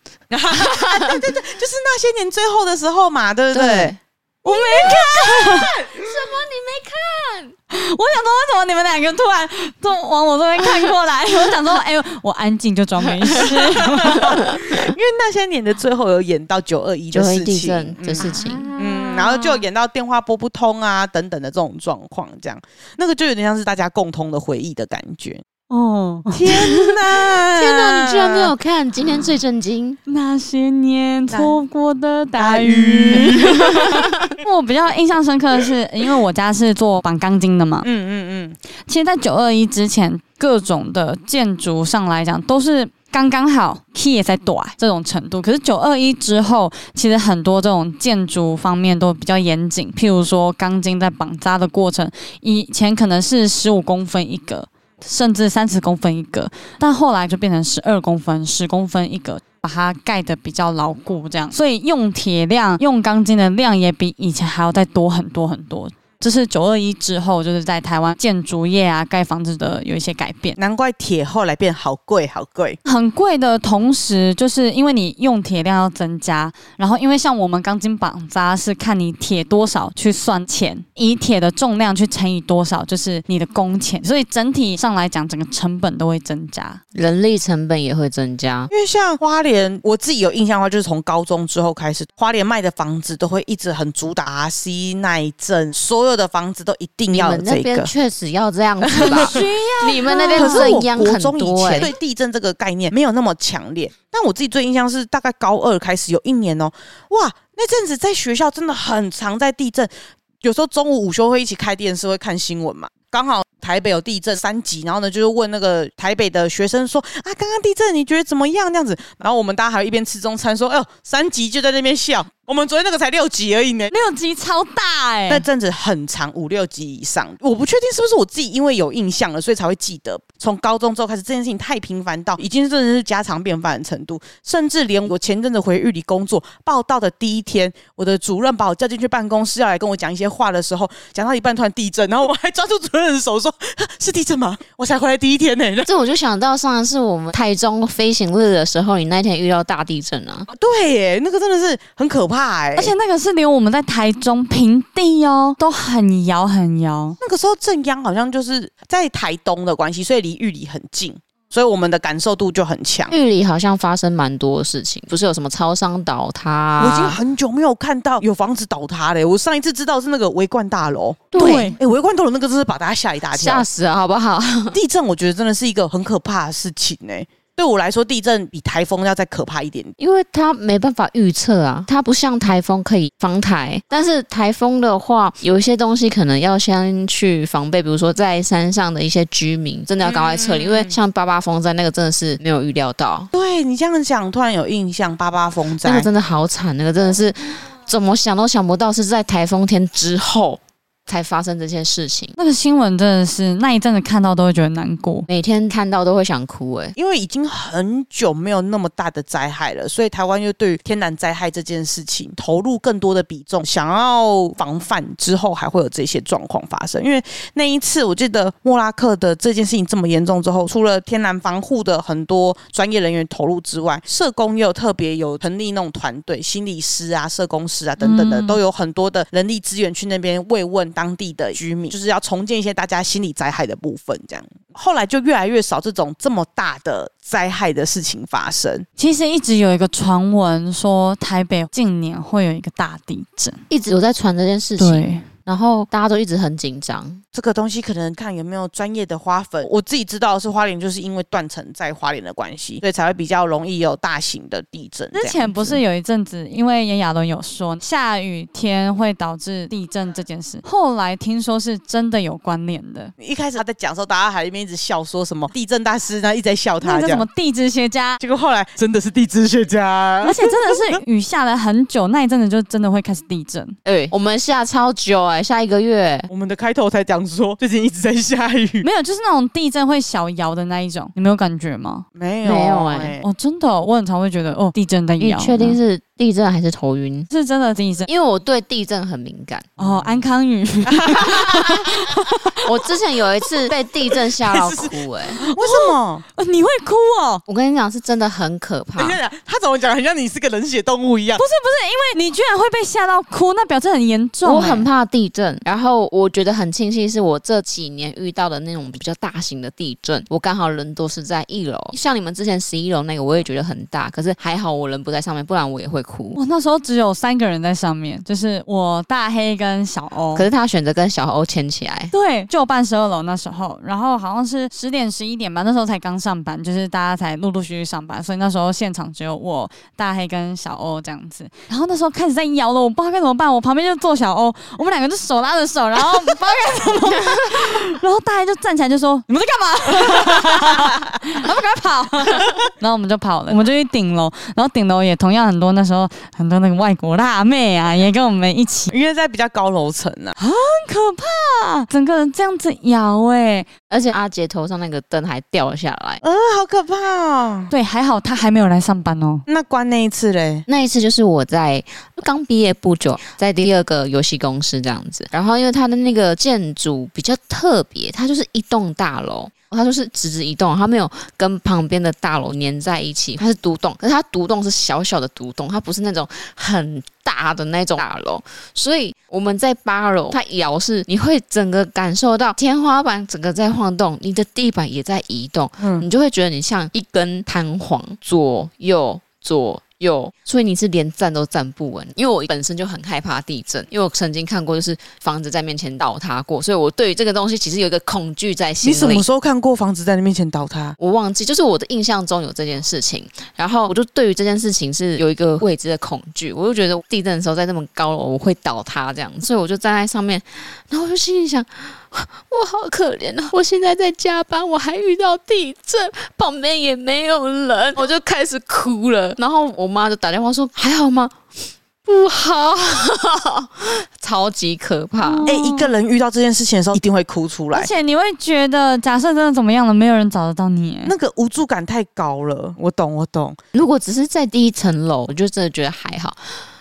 Speaker 3: 就是那些年最后的时候嘛，对不对？ <laughs>
Speaker 2: 对
Speaker 1: 我没看，什么你没看？我想说，为什么你们两个突然都往我这边看过来？我想说，哎、我安静就装没事。
Speaker 3: 因为那些年的最后有演到九二一
Speaker 2: 就
Speaker 3: 的
Speaker 2: 会
Speaker 3: 事
Speaker 2: 地
Speaker 3: 情
Speaker 2: 震，的
Speaker 3: 嗯
Speaker 2: 事情。
Speaker 3: 嗯嗯，然后就演到电话拨不通啊等等的这种状况，这样那个就有点像是大家共同的回忆的感觉。 <laughs>
Speaker 1: 哦，
Speaker 3: 天哪！
Speaker 2: 天哪，你居然没有看！今天最
Speaker 3: <laughs>
Speaker 2: 震惊，
Speaker 1: 那些年错过的大雨。 <laughs> 我比较印象深刻的是，因为我家是做绑钢筋的嘛，
Speaker 3: 嗯嗯
Speaker 1: 其实，在九二一之前，各种的建筑上来讲都是。刚刚好，key 也在短这种程度。可是九二一之后，其实很多这种建筑方面都比较严谨，譬如说钢筋在绑扎的过程，以前可能是十五公分一格，甚至三十公分一格，但后来就变成十二公分、十公分一格，把它盖得比较牢固，这样。所以用铁量、用钢筋的量也比以前还要再多很多很多。这是九二一之后，就是在台湾建筑业啊、盖房子的有一些改变
Speaker 3: 嗯，。难怪铁后来变好贵好贵。
Speaker 1: 很贵的同时，就是因为你用铁量要增加，然后因为像我们钢筋绑扎是看你铁多少去算钱，以铁的重量去乘以多少就是你的工钱，所以整体上来讲，整个成本都会增加。
Speaker 2: 人力成本也会增加。
Speaker 3: 因为像花莲，我自己有印象的话，就是从高中之后开始，花莲卖的房子都会一直很主打 RC 耐震，所有的房子都一定
Speaker 2: 你
Speaker 3: 要有
Speaker 2: 们那
Speaker 3: 这
Speaker 2: 边
Speaker 3: 个。啊
Speaker 2: 确实要这样
Speaker 3: <laughs>
Speaker 2: 子吧？你们那边
Speaker 3: 可是我
Speaker 2: 怎样
Speaker 3: 国
Speaker 2: 很
Speaker 3: 中以
Speaker 2: 多哎、
Speaker 3: 前对地震这个概念没有那么强烈，但我自己最印象是大概高二开始有一年哦，哇，那阵子在学校真的很常在地震，有时候中午午休会一起开电视会看新闻嘛，刚好台北有地震三级，然后呢就是问那个台北的学生说啊，刚刚地震你觉得怎么样？这样子，然后我们大家还一边吃中餐说，哎呦三级就在那边笑，我们昨天那个才六级而已呢。
Speaker 1: 六级超大哎、
Speaker 3: 那阵子很长，五六集以上，我不确定是不是我自己因为有印象了，所以才会记得。从高中之后开始，这件事情太频繁到已经真的是家常便饭的程度，甚至连我前阵子回玉里工作报道的第一天，我的主任把我叫进去办公室要来跟我讲一些话的时候，讲到一半突然地震，然后我还抓住主任的手说：“ <laughs> 是地震吗？”我才回来第一天呢、
Speaker 2: 这我就想到上一次我们台中飞行日的时候，你那天遇到大地震啊，
Speaker 3: <laughs> 对耶，那个真的是很可怕哎、
Speaker 1: 而且那个是连我们在台中平地哦，都很摇很摇。
Speaker 3: 那个时候正央好像就是在台东的关系，所以离玉里很近，所以我们的感受度就很强。
Speaker 2: 玉里好像发生蛮多事情，不是有什么超商倒塌、啊？
Speaker 3: 我已经很久没有看到有房子倒塌嘞、我上一次知道是那个维冠大楼，
Speaker 2: 对
Speaker 3: 哎、维冠大楼那个真是把大家吓一大跳
Speaker 2: 吓。死了，好不好？
Speaker 3: 地震我觉得真的是一个很可怕的事情哎、对我来说，地震比台风要再可怕一点。
Speaker 2: 因为它没办法预测啊，它不像台风可以防台，但是台风的话，有一些东西可能要先去防备，比如说在山上的一些居民真的要赶快撤离，因为
Speaker 3: 嗯
Speaker 2: 像八八风灾那个真的是没有预料到，
Speaker 3: 对你这样讲，突然有印象，八八风
Speaker 2: 那
Speaker 3: 灾
Speaker 2: 个，真的好惨，那个真的是怎么想都想不到是在台风天之后才发生这件事情，
Speaker 1: 那个新闻真的是那一阵子看到都会觉得难过。
Speaker 2: 每天看到都会想哭欸诶、
Speaker 3: 因为已经很久没有那么大的灾害了，所以台湾又对于天然灾害这件事情投入更多的比重，想要防范之后还会有这些状况发生。因为那一次，我记得莫拉克的这件事情这么严重之后，除了天然防护的很多专业人员投入之外，社工也有特别有成立那种团队，心理师啊、社工师啊等等的，
Speaker 1: 嗯
Speaker 3: 都有很多的人力资源去那边慰问当地的居民，就是要重建一些大家心理灾害的部分，这样。后来就越来越少这种这么大的灾害的事情发生。
Speaker 1: 其实一直有一个传闻说，台北近年会有一个大地震。
Speaker 2: 一直有在传这件事情，
Speaker 1: 对，
Speaker 2: 然后大家都一直很紧张，
Speaker 3: 这个东西可能看有没有专业的花粉。我自己知道的是花莲，就是因为断层在花莲的关系，所以才会比较容易有大型的地震。
Speaker 1: 之前不是有一阵子，因为炎亚纶有说下雨天会导致地震这件事，后来听说是真的有关联的。
Speaker 3: 一开始他在讲的时候，大家还一边一直笑，说什么地震大师呢，一直在笑
Speaker 1: 那
Speaker 3: 他啊
Speaker 1: 个
Speaker 3: 这
Speaker 1: 叫什
Speaker 3: 样
Speaker 1: 么。地质学家，
Speaker 3: 结果后来真的是地质学家
Speaker 1: 而，且真的是雨下了很久，那一阵子就真的会开始地震。
Speaker 2: 诶、我们下超久诶、下一个月。
Speaker 3: <laughs> 我们的开头才讲说最近一直在下雨，
Speaker 1: 没有，就是那种地震会小摇的那一种，你没有感觉吗？
Speaker 3: 没
Speaker 2: 有
Speaker 3: 有
Speaker 2: 没有哎
Speaker 3: 哎、
Speaker 1: 哦，真的哦、我很常会觉得哦，地震在
Speaker 2: 你
Speaker 1: 摇。
Speaker 2: 确定是地震还是头晕？
Speaker 1: 是真的地震？哦
Speaker 2: 因为我对地震很敏感。
Speaker 1: 哦，安康雨，
Speaker 2: 我之前有一次被地震吓到哭、哎，
Speaker 3: 为什么？
Speaker 1: 呃你会哭哦？
Speaker 2: 我跟你讲是真的很可怕
Speaker 3: 等一。下，他怎么讲？很像你是个冷血动物一样
Speaker 1: 不。是不是，因为 <laughs> 你居然会被吓到哭，那表示很严重、欸
Speaker 2: 我很怕地震，然后我觉得很庆幸是我这几年遇到的那种比较大型的地震，我刚好人都是在一楼，像你们之前十一楼那个我也觉得很大，可是还好我人不在上面，不然我也会哭。
Speaker 1: 我那时候只有三个人在上面，就是我大黑跟小欧
Speaker 2: 可。是他选择跟小欧牵起来，
Speaker 1: 对，就办十二楼那时候，然后好像是十点十一点吧，那时候才刚上班，就是大家才陆陆续续上班，所以那时候现场只有我、大黑跟小欧这样子。然后那时候开始在摇了，我不知道该怎么办，我旁边就坐小欧， <laughs> 我们两个就手拉着手，然后不知道该怎么办，然后大黑就站起来就说：“你们在干嘛？ <laughs> 我们赶快跑！” <laughs> 然后我们就跑了，我们就去顶楼，然后顶楼也同样很多那时候很多那个外国辣妹啊，也跟我们一起，
Speaker 3: 因为在比较高楼层啊，
Speaker 1: 很可怕，整个人这样子摇哎、
Speaker 2: 而且阿杰头上那个灯还掉了下来。
Speaker 3: 呃，好可怕哦。 <laughs>
Speaker 1: 对，还好他还没有来上班哦。
Speaker 3: 那关那一次嘞，
Speaker 2: 那一次就是我在刚毕业不久，在第二个游戏公司这样子，然后因为它的那个建筑比较特别，它就是一栋大楼。它就是直直一栋，它没有跟旁边的大楼粘在一起，它是独栋，可是它独栋是小小的独栋，它不是那种很大的那种大楼，所以我们在八楼，它摇是你会整个感受到天花板整个在晃动，你的地板也在移动，
Speaker 3: 嗯
Speaker 2: 你就会觉得你像一根弹簧，左右左右，所以你是连站都站不稳。因为我本身就很害怕地震，因为我曾经看过就是房子在面前倒塌过，所以我对于这个东西其实有一个恐惧在心
Speaker 3: 你什
Speaker 2: 里
Speaker 3: 么。时候看过房子在你面前倒塌？
Speaker 2: 我忘记，就是我的印象中有这件事情，然后我就对于这件事情是有一个未知的恐惧，我就觉得地震的时候在那么高楼我会倒塌这样，所以我就站在上面，然后我就心里想，我好可怜啊！我现在在加班，我还遇到地震，旁边也没有人，我就开始哭了。然后我妈就打电话说：“还好吗？”不好， <laughs> 超级可怕。
Speaker 3: 哎、一个人遇到这件事情的时候，一定会哭出
Speaker 1: 而
Speaker 3: 来，
Speaker 1: 且你会觉得，假设真的怎么样了，没有人找得到你耶。
Speaker 3: 那个无助感太高了。我懂，我懂。
Speaker 2: 如果只是在第一层楼，我就真的觉得还好。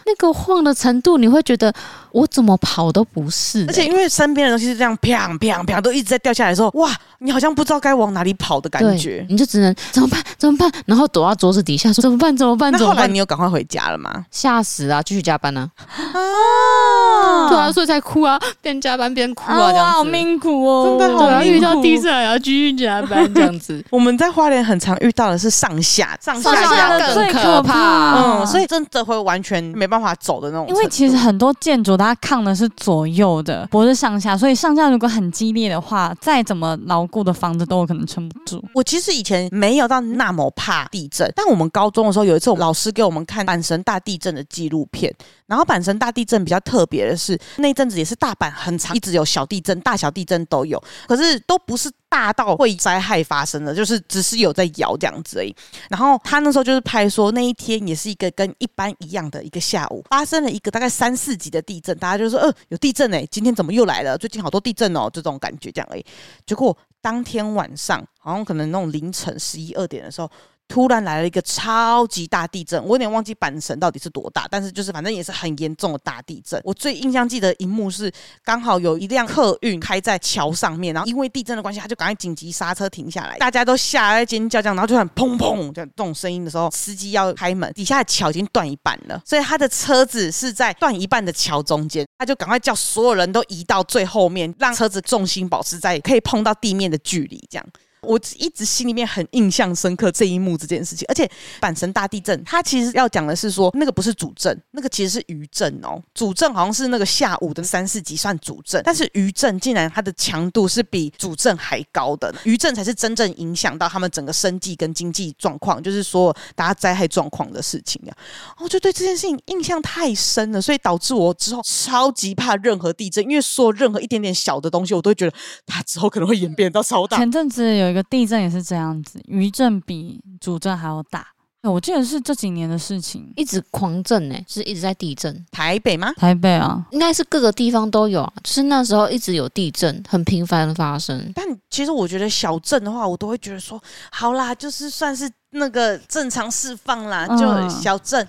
Speaker 2: 那个晃的程度，你会觉得我怎么跑都不是、
Speaker 3: 而且
Speaker 2: 欸
Speaker 3: 因为身边的东西是这样啪啪啪都一直在掉下来的时候，哇，你好像不知道该往哪里跑的感
Speaker 2: 对
Speaker 3: 觉。
Speaker 2: 你就只能怎么办？怎么办？然后躲到桌子底下说怎么办？怎么办？
Speaker 3: 那
Speaker 2: 怎
Speaker 3: 后
Speaker 2: 么
Speaker 3: 来
Speaker 2: 办
Speaker 3: 你？有赶快回家了吗？
Speaker 2: 吓死啊！继续加班呢、
Speaker 3: 啊
Speaker 2: 对啊，所以才哭啊，边加班边哭啊，这
Speaker 1: 我
Speaker 2: 样
Speaker 1: 好
Speaker 2: 子。
Speaker 1: 命苦哦，
Speaker 3: 真的
Speaker 2: 对
Speaker 3: 好
Speaker 2: 啊，
Speaker 3: 命。
Speaker 2: 遇到地震还要继续加班这样子
Speaker 3: <laughs> 我们在花莲很常遇到的是上下上
Speaker 1: 上
Speaker 3: 下
Speaker 1: 下
Speaker 2: 下
Speaker 1: 的
Speaker 2: 更
Speaker 1: 最可
Speaker 2: 可
Speaker 1: 怕
Speaker 2: 怕
Speaker 3: 嗯，所以真的会完全没办法走的那种
Speaker 1: 嗯
Speaker 3: 程
Speaker 1: 因
Speaker 3: 度。
Speaker 1: 为其实很多建筑它抗的是左右的，不是上下，所以上下如果很激烈的话，再怎么牢固的房子都有可能撑不住。
Speaker 3: 我其实以前没有到那么怕地震，但我们高中的时候有一次，我们老师给我们看阪神大地震的纪录片。然后阪神大地震比较特别的是，那一阵子也是大阪很长，一直有小地震，大小地震都有，可是都不是大到会灾害发生的，就是只是有在摇这样子而已。然后他那时候就是拍说那一天也是一个跟一般一样的一个下午，发生了一个大概三四级的地震，大家就说，呃，有地震哎、今天怎么又来了？最近好多地震哦，这种感觉这样而已。结果当天晚上，好像可能那种凌晨十一二点的时候，突然来了一个超级大地震。我有点忘记阪神到底是多大，但是就是反正也是很严重的大地震。我最印象记得一幕是，刚好有一辆客运开在桥上面，然后因为地震的关系，他就赶快紧急刹车停下来，大家都吓得在尖叫这样，然后就很砰砰这样这种声音的时候，司机要开门，底下的桥已经断一半了，所以他的车子是在断一半的桥中间，他就赶快叫所有人都移到最后面，让车子重心保持在可以碰到地面的距离，这样。我一直心里面很印象深刻这一幕这件事情，而且阪神大地震，它其实要讲的是说，那个不是主震，那个其实是余震哦。主震好像是那个下午的三四级算主震，但是余震竟然它的强度是比主震还高的，余震才是真正影响到他们整个生计跟经济状况，就是说大家灾害状况的事情啊。我就对这件事情印象太深了，所以导致我之后超级怕任何地震，因为所有任何一点点小的东西，我都会觉得它之后可能会演变到超大。
Speaker 1: 前阵子有一个地震也是这样子，余震比主震还要大，我记得是这几年的事
Speaker 2: <laughs>
Speaker 1: 情。
Speaker 2: 一直狂震呢、欸就是一直在地震，
Speaker 3: 台北吗？
Speaker 1: 台北啊，
Speaker 2: 应该是各个地方都有啊。就是那时候一直有地震，很频繁的发生。
Speaker 3: 但其实我觉得小镇的话，我都会觉得说，好啦，就是算是那个正常释放啦，
Speaker 1: 嗯
Speaker 3: 就小镇，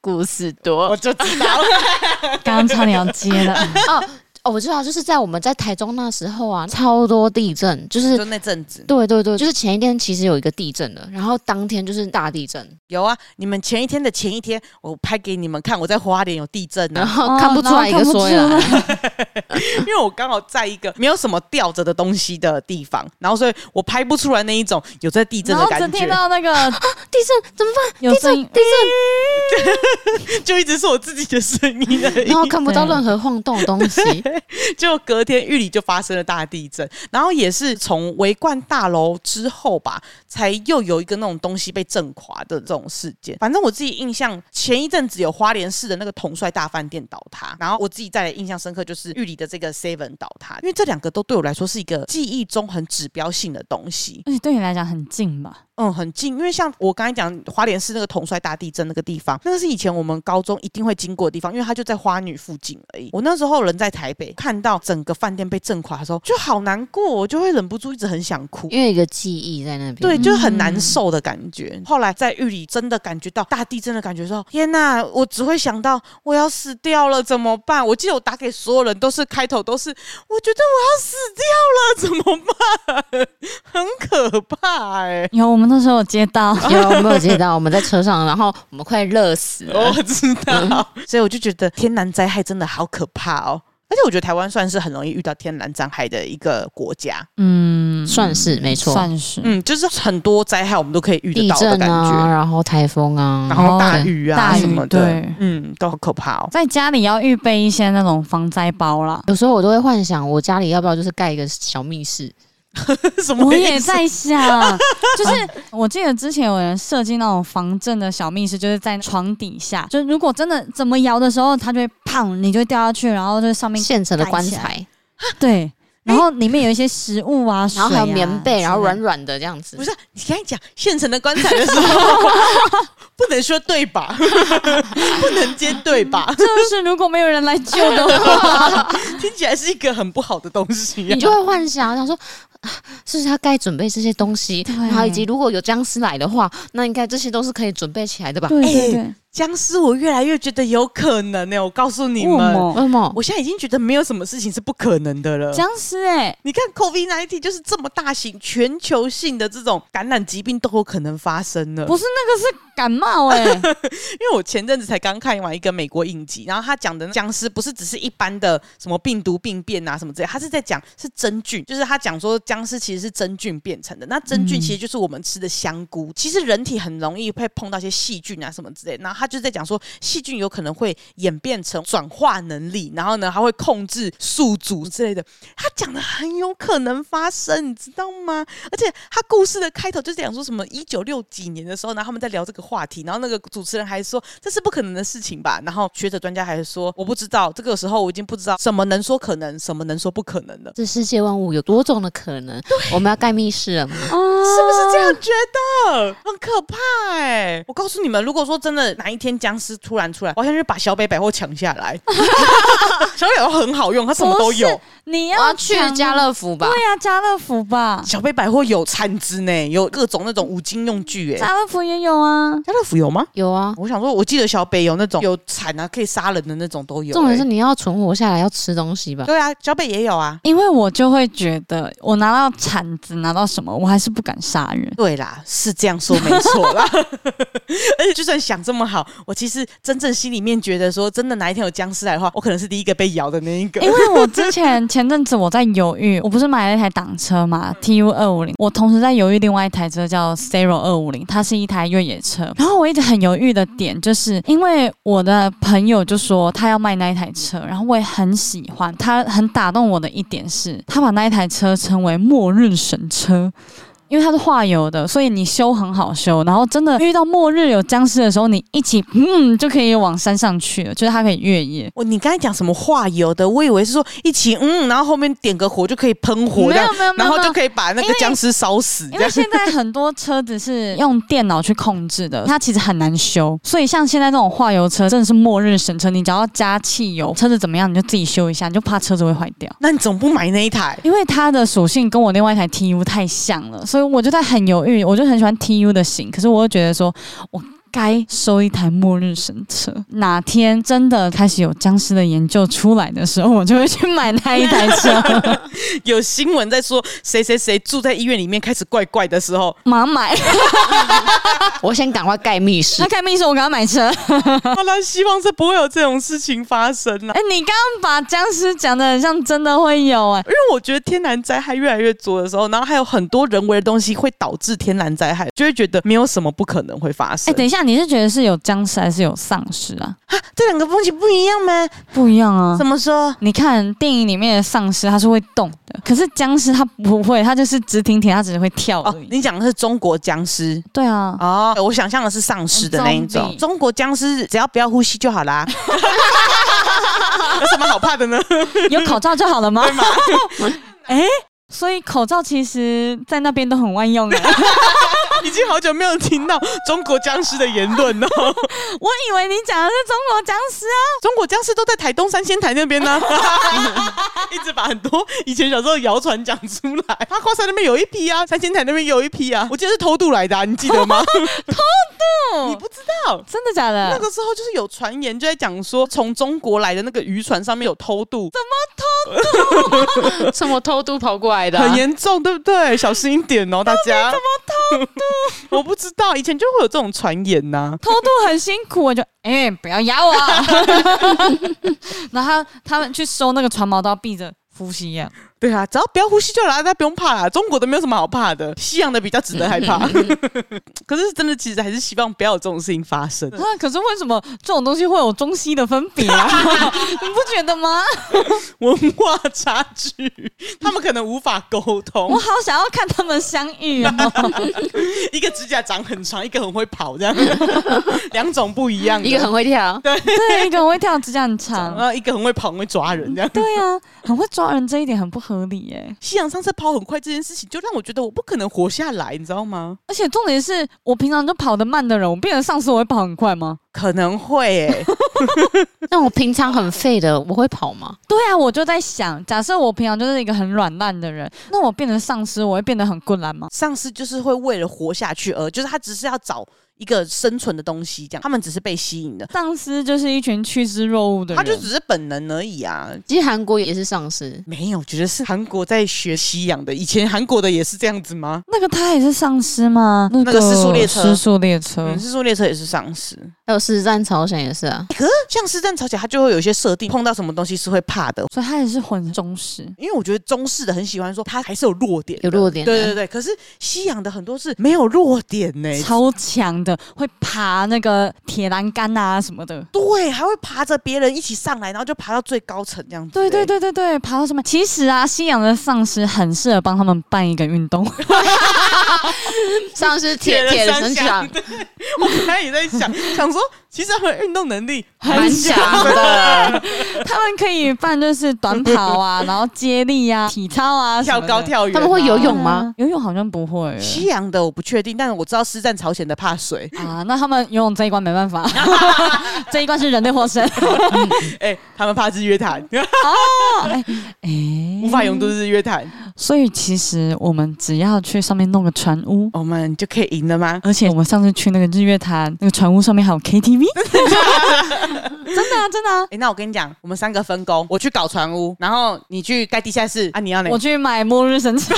Speaker 2: 故事多
Speaker 3: 我就知道。
Speaker 1: 啊刚刚差点要接了。
Speaker 2: 哦，哦，我知道，就是在我们在台中那时候啊，超多地震，就是
Speaker 3: 就那阵子
Speaker 2: 对对对，就是前一天其实有一个地震了，然后当天就是大地震，
Speaker 3: 有啊。你们前一天的前一天，我拍给你们看，我在花莲有地震
Speaker 2: 然
Speaker 3: 啊，
Speaker 2: 后
Speaker 1: 哦
Speaker 2: 看不出来一个所以
Speaker 1: 然后
Speaker 2: 然
Speaker 1: 看。嗯
Speaker 3: <laughs> 因为我刚好在一个没有什么吊着的东西的地方，然后所以我拍不出来那一种有在地震
Speaker 1: 然
Speaker 3: 的
Speaker 1: 后只
Speaker 3: 感
Speaker 1: 听
Speaker 3: 觉，
Speaker 1: 到
Speaker 2: <laughs>
Speaker 1: 那个
Speaker 2: 地震怎么办？
Speaker 1: 有声音，
Speaker 3: <laughs> 就一直是我自己的声音而已
Speaker 2: 然。后看不到任何晃动的东西，
Speaker 3: 就隔天玉里就发生了大地震，然后也是从维冠大楼之后吧，才又有一个那种东西被震垮的这种事件。反正我自己印象，前一阵子有花莲市的那个统帅大饭店倒塌，然后我自己再来印象深刻就是玉里的这个 Seven 倒塌，因为这两个都对我来说是一个记忆中很指标性的东西。
Speaker 1: 而且哎对你来讲很近吧？
Speaker 3: 嗯，很近，因为像我刚才讲花莲市那个统帅大地震那个地方，那个是以前我们高中一定会经过的地方，因为它就在花女附近而已。我那时候人在台北，看到整个饭店被震垮的时候，就好难过，我就会忍不住一直很想哭。
Speaker 2: 因为有一个记忆在那边。
Speaker 3: 对，就是很难
Speaker 1: 嗯
Speaker 3: 受的感觉。后来在狱里真的感觉到大地震的感觉的时候，天呐，我只会想到我要死掉了怎么办？我记得我打给所有人都是开头都是，我觉得我要死掉了怎么办？ <laughs> 很可怕哎、
Speaker 1: 有，我们那时候有接到，
Speaker 2: 有我们有接到，我们在车上，然后我们快热死了。
Speaker 3: 我知道，所以我就觉得天然灾害真的好可怕哦。而且我觉得台湾算是很容易遇到天然灾害的一个国家，
Speaker 1: 嗯，
Speaker 2: 算是没错，
Speaker 1: 算是
Speaker 3: 嗯，就是很多灾害我们都可以遇得
Speaker 2: 地
Speaker 3: 到的
Speaker 2: 震
Speaker 3: 感觉，
Speaker 2: 啊，然后台风啊，
Speaker 3: 然后大
Speaker 1: 哦
Speaker 3: 雨啊
Speaker 1: 大
Speaker 3: 什
Speaker 1: 雨
Speaker 3: 么的
Speaker 1: 对，
Speaker 3: 嗯，都好可怕哦。
Speaker 1: 在家里要预备一些那种防灾包
Speaker 2: <laughs>
Speaker 1: 啦。
Speaker 2: 有时候我都会幻想，我家里要不要就是盖一个小密室？
Speaker 3: 什么
Speaker 1: 我
Speaker 3: 意
Speaker 1: 也
Speaker 3: 思
Speaker 1: 在
Speaker 2: <laughs>
Speaker 1: 想，就是我记得之前有人设计那种防震的小密室，就是在床底下，就是如果真的怎么摇的时候，它就会砰，你就会掉下去，然后就上面
Speaker 2: 现成的棺
Speaker 1: 盖
Speaker 2: 材，
Speaker 1: 对，然后里面有一些食物啊，
Speaker 2: 哎然后还有
Speaker 1: 水啊
Speaker 2: 棉被，然后
Speaker 1: 之类 <laughs>
Speaker 2: 软软的这样子
Speaker 3: 不。是，你刚才讲现成的棺材的时候， <laughs> 不能说对 <laughs> 吧？不能接对 <laughs> 吧？
Speaker 1: 就是如果没有人来救的话，
Speaker 3: 听起来是一个很不好的东西、啊
Speaker 2: 你就会幻想，想说啊是不是要该准备这些东西，
Speaker 1: 对
Speaker 2: 然后以及如果有僵尸来的话，那应该这些都是可以准备起来的吧？
Speaker 1: 对对
Speaker 3: 哎
Speaker 1: 对，
Speaker 3: 僵尸，我越来越觉得有可能欸呢、我告诉你
Speaker 1: 为什
Speaker 3: 们，呃
Speaker 1: 么
Speaker 2: 为什么？
Speaker 3: 我现在已经觉得没有什么事情是不可能的了。
Speaker 1: 僵尸哎，
Speaker 3: 你看，COVID 1 9就是这么大型、全球性的这种感染疾病都有可能发生了。
Speaker 1: 不是那个是感冒
Speaker 3: <laughs>
Speaker 1: 哎，
Speaker 3: 因为我前阵子才刚看完一个美国影集，然后他讲的僵尸不是只是一般的什么病毒病变啊什么之类，他是在讲是真菌，就是他讲说僵尸其实是真菌变成的。那真菌
Speaker 1: 嗯
Speaker 3: 其实就是我们吃的香菇，其实人体很容易会碰到一些细菌啊什么之类。然后他就在讲说，细菌有可能会演变成转化能力，然后呢还会控制宿主之类的。他讲的很有可能发生，你知道吗？而且他故事的开头就讲说什么一九六几年的时候，然后他们在聊这个话题，然后那个主持人还说这是不可能的事情吧，然后学者专家还说我不知道，这个时候我已经不知道什么能说可能，什么能说不可能了。
Speaker 2: 这世界万物有多种的可能，我们要盖密室了吗？
Speaker 1: 是
Speaker 3: 是不
Speaker 1: 不
Speaker 3: 是这样觉得？很可怕哎、我告诉你们，如果说真的哪一天僵尸突然出来，我想去把小北百货抢下 <laughs> 来。小北百货很好用，它什么都有。啊
Speaker 1: 你
Speaker 2: 我要
Speaker 1: 要
Speaker 2: 去
Speaker 1: 抢
Speaker 2: 家乐福吧
Speaker 1: 对。呀、家乐福吧，
Speaker 3: 小北百货有餐巾呢，有各种那种五金用具哎、
Speaker 1: 家乐福也有啊。
Speaker 3: 家乐福有吗？
Speaker 2: 有啊，
Speaker 3: 哦我想说，我记得小北有那种有铲啊，可以杀人的那种都有、
Speaker 2: 重点是
Speaker 3: 欸
Speaker 2: 你要存活下来，要吃东西吧。
Speaker 3: 对啊，小北也有啊。
Speaker 1: 因为我就会觉得，我拿到铲子，拿到什么，我还是不敢杀人。
Speaker 3: 对啦，是这样说没错
Speaker 1: <laughs>
Speaker 3: 啦。而且就算想这么好，我其实真正心里面觉得说，真的哪一天有僵尸来的话，我可能是第一个被咬的那一个。
Speaker 1: <laughs> 因为我之前前阵子我在犹豫，我不是买了一台挡车
Speaker 3: 嗯
Speaker 1: 嘛，TU 二五零，我同时在犹豫另外一台车叫 Zero 二五零，它是一台越野车。然后我一直很犹豫的点，就是因为我的朋友就说他要卖那一台车，然后我也很喜欢，他很打动我的一点是，他把那一台车称为末日神车。因为它是化油的，所以你修很好修。然后真的遇到末日有僵尸的时候，你一起嗯就可以往山上去了，就是它可以越野。
Speaker 3: 我你刚才讲什么化油的，我以为是说一起嗯，然后后面点个火就可以喷火这
Speaker 1: 没有
Speaker 3: 样，
Speaker 1: 没有没
Speaker 3: 然
Speaker 1: 有
Speaker 3: 后
Speaker 1: 没
Speaker 3: 就
Speaker 1: 有，
Speaker 3: 可以把那
Speaker 1: 因
Speaker 3: 个
Speaker 1: 为
Speaker 3: 僵尸烧死这
Speaker 1: 因为
Speaker 3: 样。
Speaker 1: 现在很多车子是用电脑去控制的，它其实很难修。所以像现在这种化油车，真的是末日神车。你只要加汽油，车子怎么样你就自己修一下，你就怕车子会坏掉。
Speaker 3: 那你怎么不买那一台？
Speaker 1: 因为它的属性跟我另外一台 TU 太像了，所以我就在很犹豫。我就很喜欢 TU 的型，可是我又觉得说我该收一台末日神车。哪天真的开始有僵尸的研究出来的时候，我就会去买那一台车， <laughs>
Speaker 3: 有新闻在说谁谁谁住在医院里面开始怪怪的时候，
Speaker 1: 马上买。
Speaker 2: 我先赶快盖密室 <laughs>
Speaker 1: 那。开密室我给他买车。
Speaker 3: 好啦，希望是不会有这种事情发生啊啦。
Speaker 1: <laughs> 哎、你刚刚把僵尸讲的很像真的会有哎、
Speaker 3: 因为我觉得天然灾害越来越多的时候，然后还有很多人为的东西会导致天然灾害，就会觉得没有什么不可能会发
Speaker 1: 哎、
Speaker 3: 生。
Speaker 1: 等一下，你是觉得是有僵尸还是有丧尸啊？
Speaker 3: 这两个风景不一样吗？
Speaker 1: 不一样啊
Speaker 3: 怎。么说？
Speaker 1: 你看电影里面的丧尸，它是会动的，可是僵尸它不会，它就是直挺挺，它只是会跳
Speaker 3: 哦
Speaker 1: 而，已。
Speaker 3: 你讲的是中国僵尸
Speaker 1: 对啊，
Speaker 3: 哦，我想象的是丧尸的那一种。
Speaker 1: Zombie
Speaker 3: 中国僵尸只要不要呼吸就好啦， <laughs> 有什么好怕的呢？ <laughs>
Speaker 1: 有口罩就好了吗？ <laughs> 哎、所以口罩其实在那边都很万用 <laughs> 的。
Speaker 3: 已经好久没有听到中国僵尸的言论哦了。
Speaker 1: 我以为你讲的是中国僵尸啊，
Speaker 3: 中国僵尸都在台东三仙台那边呢、 <laughs> 一直把很多以前小时候谣传讲出来。花花山那边有一批啊，三仙台那边有一批啊，我记得是偷渡来的、啊，你记得 <laughs> 吗？你不知道。
Speaker 1: 哦真的假
Speaker 3: 那
Speaker 1: 的？
Speaker 3: 个时候就是有传言就在讲说，从中国来的那个渔船上面有偷渡，
Speaker 2: 什么偷渡跑过来的啊
Speaker 3: 很严重，对不对？小心一点哦，大家。怎么偷 <laughs> 渡？我不知道，以前就会有这种传言呐、
Speaker 1: 偷渡很辛苦，我就哎、不要压我。然后他们去收那个船锚都要闭着呼吸呀、
Speaker 3: 对啊，只要不要呼吸就好啦，大家不用怕啦。中国的没有什么好怕
Speaker 2: <laughs>
Speaker 3: 的，西洋的比较值得害怕。可是真的，其实还是希望不要有这种事情发生。
Speaker 2: 嗯
Speaker 1: 啊，可是为什么这种东西会有中西的分别 <laughs> 啊？你不觉得吗？
Speaker 3: 文化差距，他们可能无法沟
Speaker 1: 我
Speaker 2: 嗯
Speaker 3: 通。
Speaker 1: 好想要看他们相遇 <laughs> 哦。
Speaker 3: 一个指甲长很长，一个很会跑，
Speaker 2: <laughs>
Speaker 3: 这样两种不一样的。
Speaker 2: 一个很会跳，
Speaker 1: 对，一个很会跳指甲很 <laughs>
Speaker 3: 然
Speaker 1: 长，
Speaker 3: 后一个很会跑，很会抓人，
Speaker 2: 嗯
Speaker 3: 这样。
Speaker 1: 对啊，很会抓人，这一点很不合理耶、
Speaker 3: 西洋上次跑很快这件事情，就让我觉得我不可能活下来，你知道吗？
Speaker 1: 而且重点是我平常就跑得慢的人，我变成丧尸我会跑很快吗？
Speaker 3: 可能会、欸，
Speaker 2: 那我平常很废的，我会跑吗？
Speaker 1: 对啊，我就在想，假设我平常就是一个很软烂的人，那我变成丧尸，我会变得很困难吗？
Speaker 3: 丧尸就是会为了活下去而，就是他只是要找一个生存的东西，这样他们只是被吸引的，
Speaker 1: 丧尸就是一群趋之若鹜的人，
Speaker 3: 他就只是本能而已啊。
Speaker 2: 其实韩国也是丧尸，
Speaker 3: 没有，我觉得是韩国在学西洋的，以前韩国的也是这样子吗？
Speaker 1: 那个他也是丧尸吗？那
Speaker 3: 个失速列车
Speaker 1: 失速列车，
Speaker 3: 嗯，是说列车也是丧尸，
Speaker 2: 还有是战朝鲜也是 <laughs> 啊，
Speaker 3: 像是战朝鲜，它就会有一些设定，碰到什么东西是会怕的。
Speaker 1: 所以他也是混中式。
Speaker 3: 因为我觉得中式的很喜欢说，它还是有弱点的，
Speaker 2: 有弱点的
Speaker 3: 对对对，可是西洋的很多是没有弱点呢、
Speaker 1: 超强的，会爬那个铁栏杆啊什么的。
Speaker 3: 对，还会爬着别人一起上来，然后就爬到最高层这样子、欸
Speaker 1: 对对，对对对，爬到什么？其实啊，西洋的丧尸很适合帮他们办一个运
Speaker 3: <laughs>
Speaker 1: 动。
Speaker 2: 丧尸铁
Speaker 3: 铁
Speaker 2: 铁
Speaker 3: 人三
Speaker 2: 人三
Speaker 3: 项
Speaker 2: 项
Speaker 3: 我刚才也在想，想说其实他们运动能力
Speaker 2: 蛮 <laughs> 强
Speaker 3: <laughs>
Speaker 2: 的，
Speaker 1: 他们可以办就是短跑啊，然后接力啊、体操啊什
Speaker 3: 跳
Speaker 1: 么的，
Speaker 3: 高跳远啊、
Speaker 2: 他们会游泳吗
Speaker 1: 啊游泳好像不会
Speaker 3: 西洋的我不确定，但是我知道师战朝鲜的怕 <laughs> 水。
Speaker 1: 啊。那他们游泳这一关没办
Speaker 3: <laughs>
Speaker 1: 法，这一关是人类获胜。
Speaker 3: 哎、他们怕日月潭，哦 <laughs>
Speaker 1: 哎
Speaker 3: 无法泳渡日月潭，
Speaker 1: 所以其实我们只要去上面弄个船屋。
Speaker 3: 我们就可以赢了吗？
Speaker 1: 而且我们上次去那个日月潭，那个船屋上面还有 KTV，真的啊，真的啊！
Speaker 3: 哎、那我跟你讲，我们三个分工，我去搞船屋，然后你去盖地下室啊，你要哪
Speaker 1: 我？去买末日神车，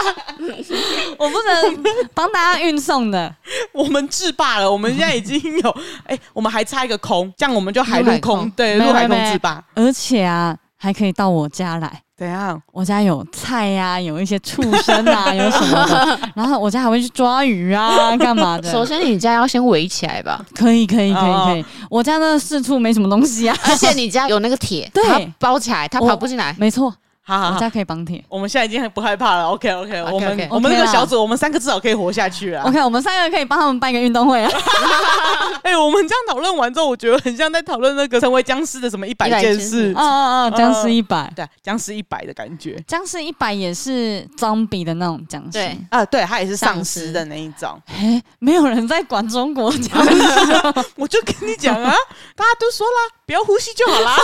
Speaker 1: <laughs> 我不能帮大家运送的。
Speaker 3: 我们制霸了，我们现在已经有， <laughs> 哎、我们还差一个空，这样我们就海陆
Speaker 2: 陆海
Speaker 3: 空，
Speaker 2: 空
Speaker 3: 对，
Speaker 1: 没
Speaker 3: 陆海
Speaker 1: 没
Speaker 3: 空
Speaker 1: 没
Speaker 3: 制霸。
Speaker 1: 而且啊，还可以到我家来。
Speaker 3: 怎样？
Speaker 1: 我家有菜呀、有一些畜生啊，有什么的。然后我家还会去抓鱼啊，干嘛的？
Speaker 2: 首先你家要先围起来 <laughs> 吧，
Speaker 1: 可以，可以，可以，
Speaker 3: 哦
Speaker 1: 可以。我家那四处没什么东西啊。
Speaker 2: 而且你家有那个铁，
Speaker 1: 对
Speaker 2: 它包起来，它
Speaker 1: 我
Speaker 2: 跑不进来。
Speaker 1: 没错，
Speaker 3: 好好
Speaker 1: 我
Speaker 3: 好。
Speaker 1: 家可以绑铁。
Speaker 3: 我们现在已经很不害怕了，OK OK，,
Speaker 2: OK，OK
Speaker 3: 我们
Speaker 2: OK
Speaker 3: 我们那个
Speaker 1: 啦
Speaker 3: 小组，我们三个至少可以活下去啊。
Speaker 1: <laughs> OK，我们三个可以帮他们办一个运动会啊。
Speaker 3: <laughs> 哎、我们这样讨论完之后，我觉得很像在讨论那个成为僵尸的什么一百
Speaker 2: 100
Speaker 3: 件
Speaker 2: 件
Speaker 3: 事
Speaker 2: 事
Speaker 1: 啊，啊啊！僵尸一百，
Speaker 3: <laughs> 对，僵尸一百的感觉
Speaker 1: 僵尸一百也是 zombie 的那种僵尸。
Speaker 2: 对，
Speaker 3: 啊，对，他也是丧
Speaker 2: 丧
Speaker 3: 尸
Speaker 2: 尸
Speaker 3: 的那一种。
Speaker 1: 哎，没有人在管中国僵尸。
Speaker 3: <laughs> 我就跟你讲啊， <laughs> 大家都说啦，不要呼吸就好啦，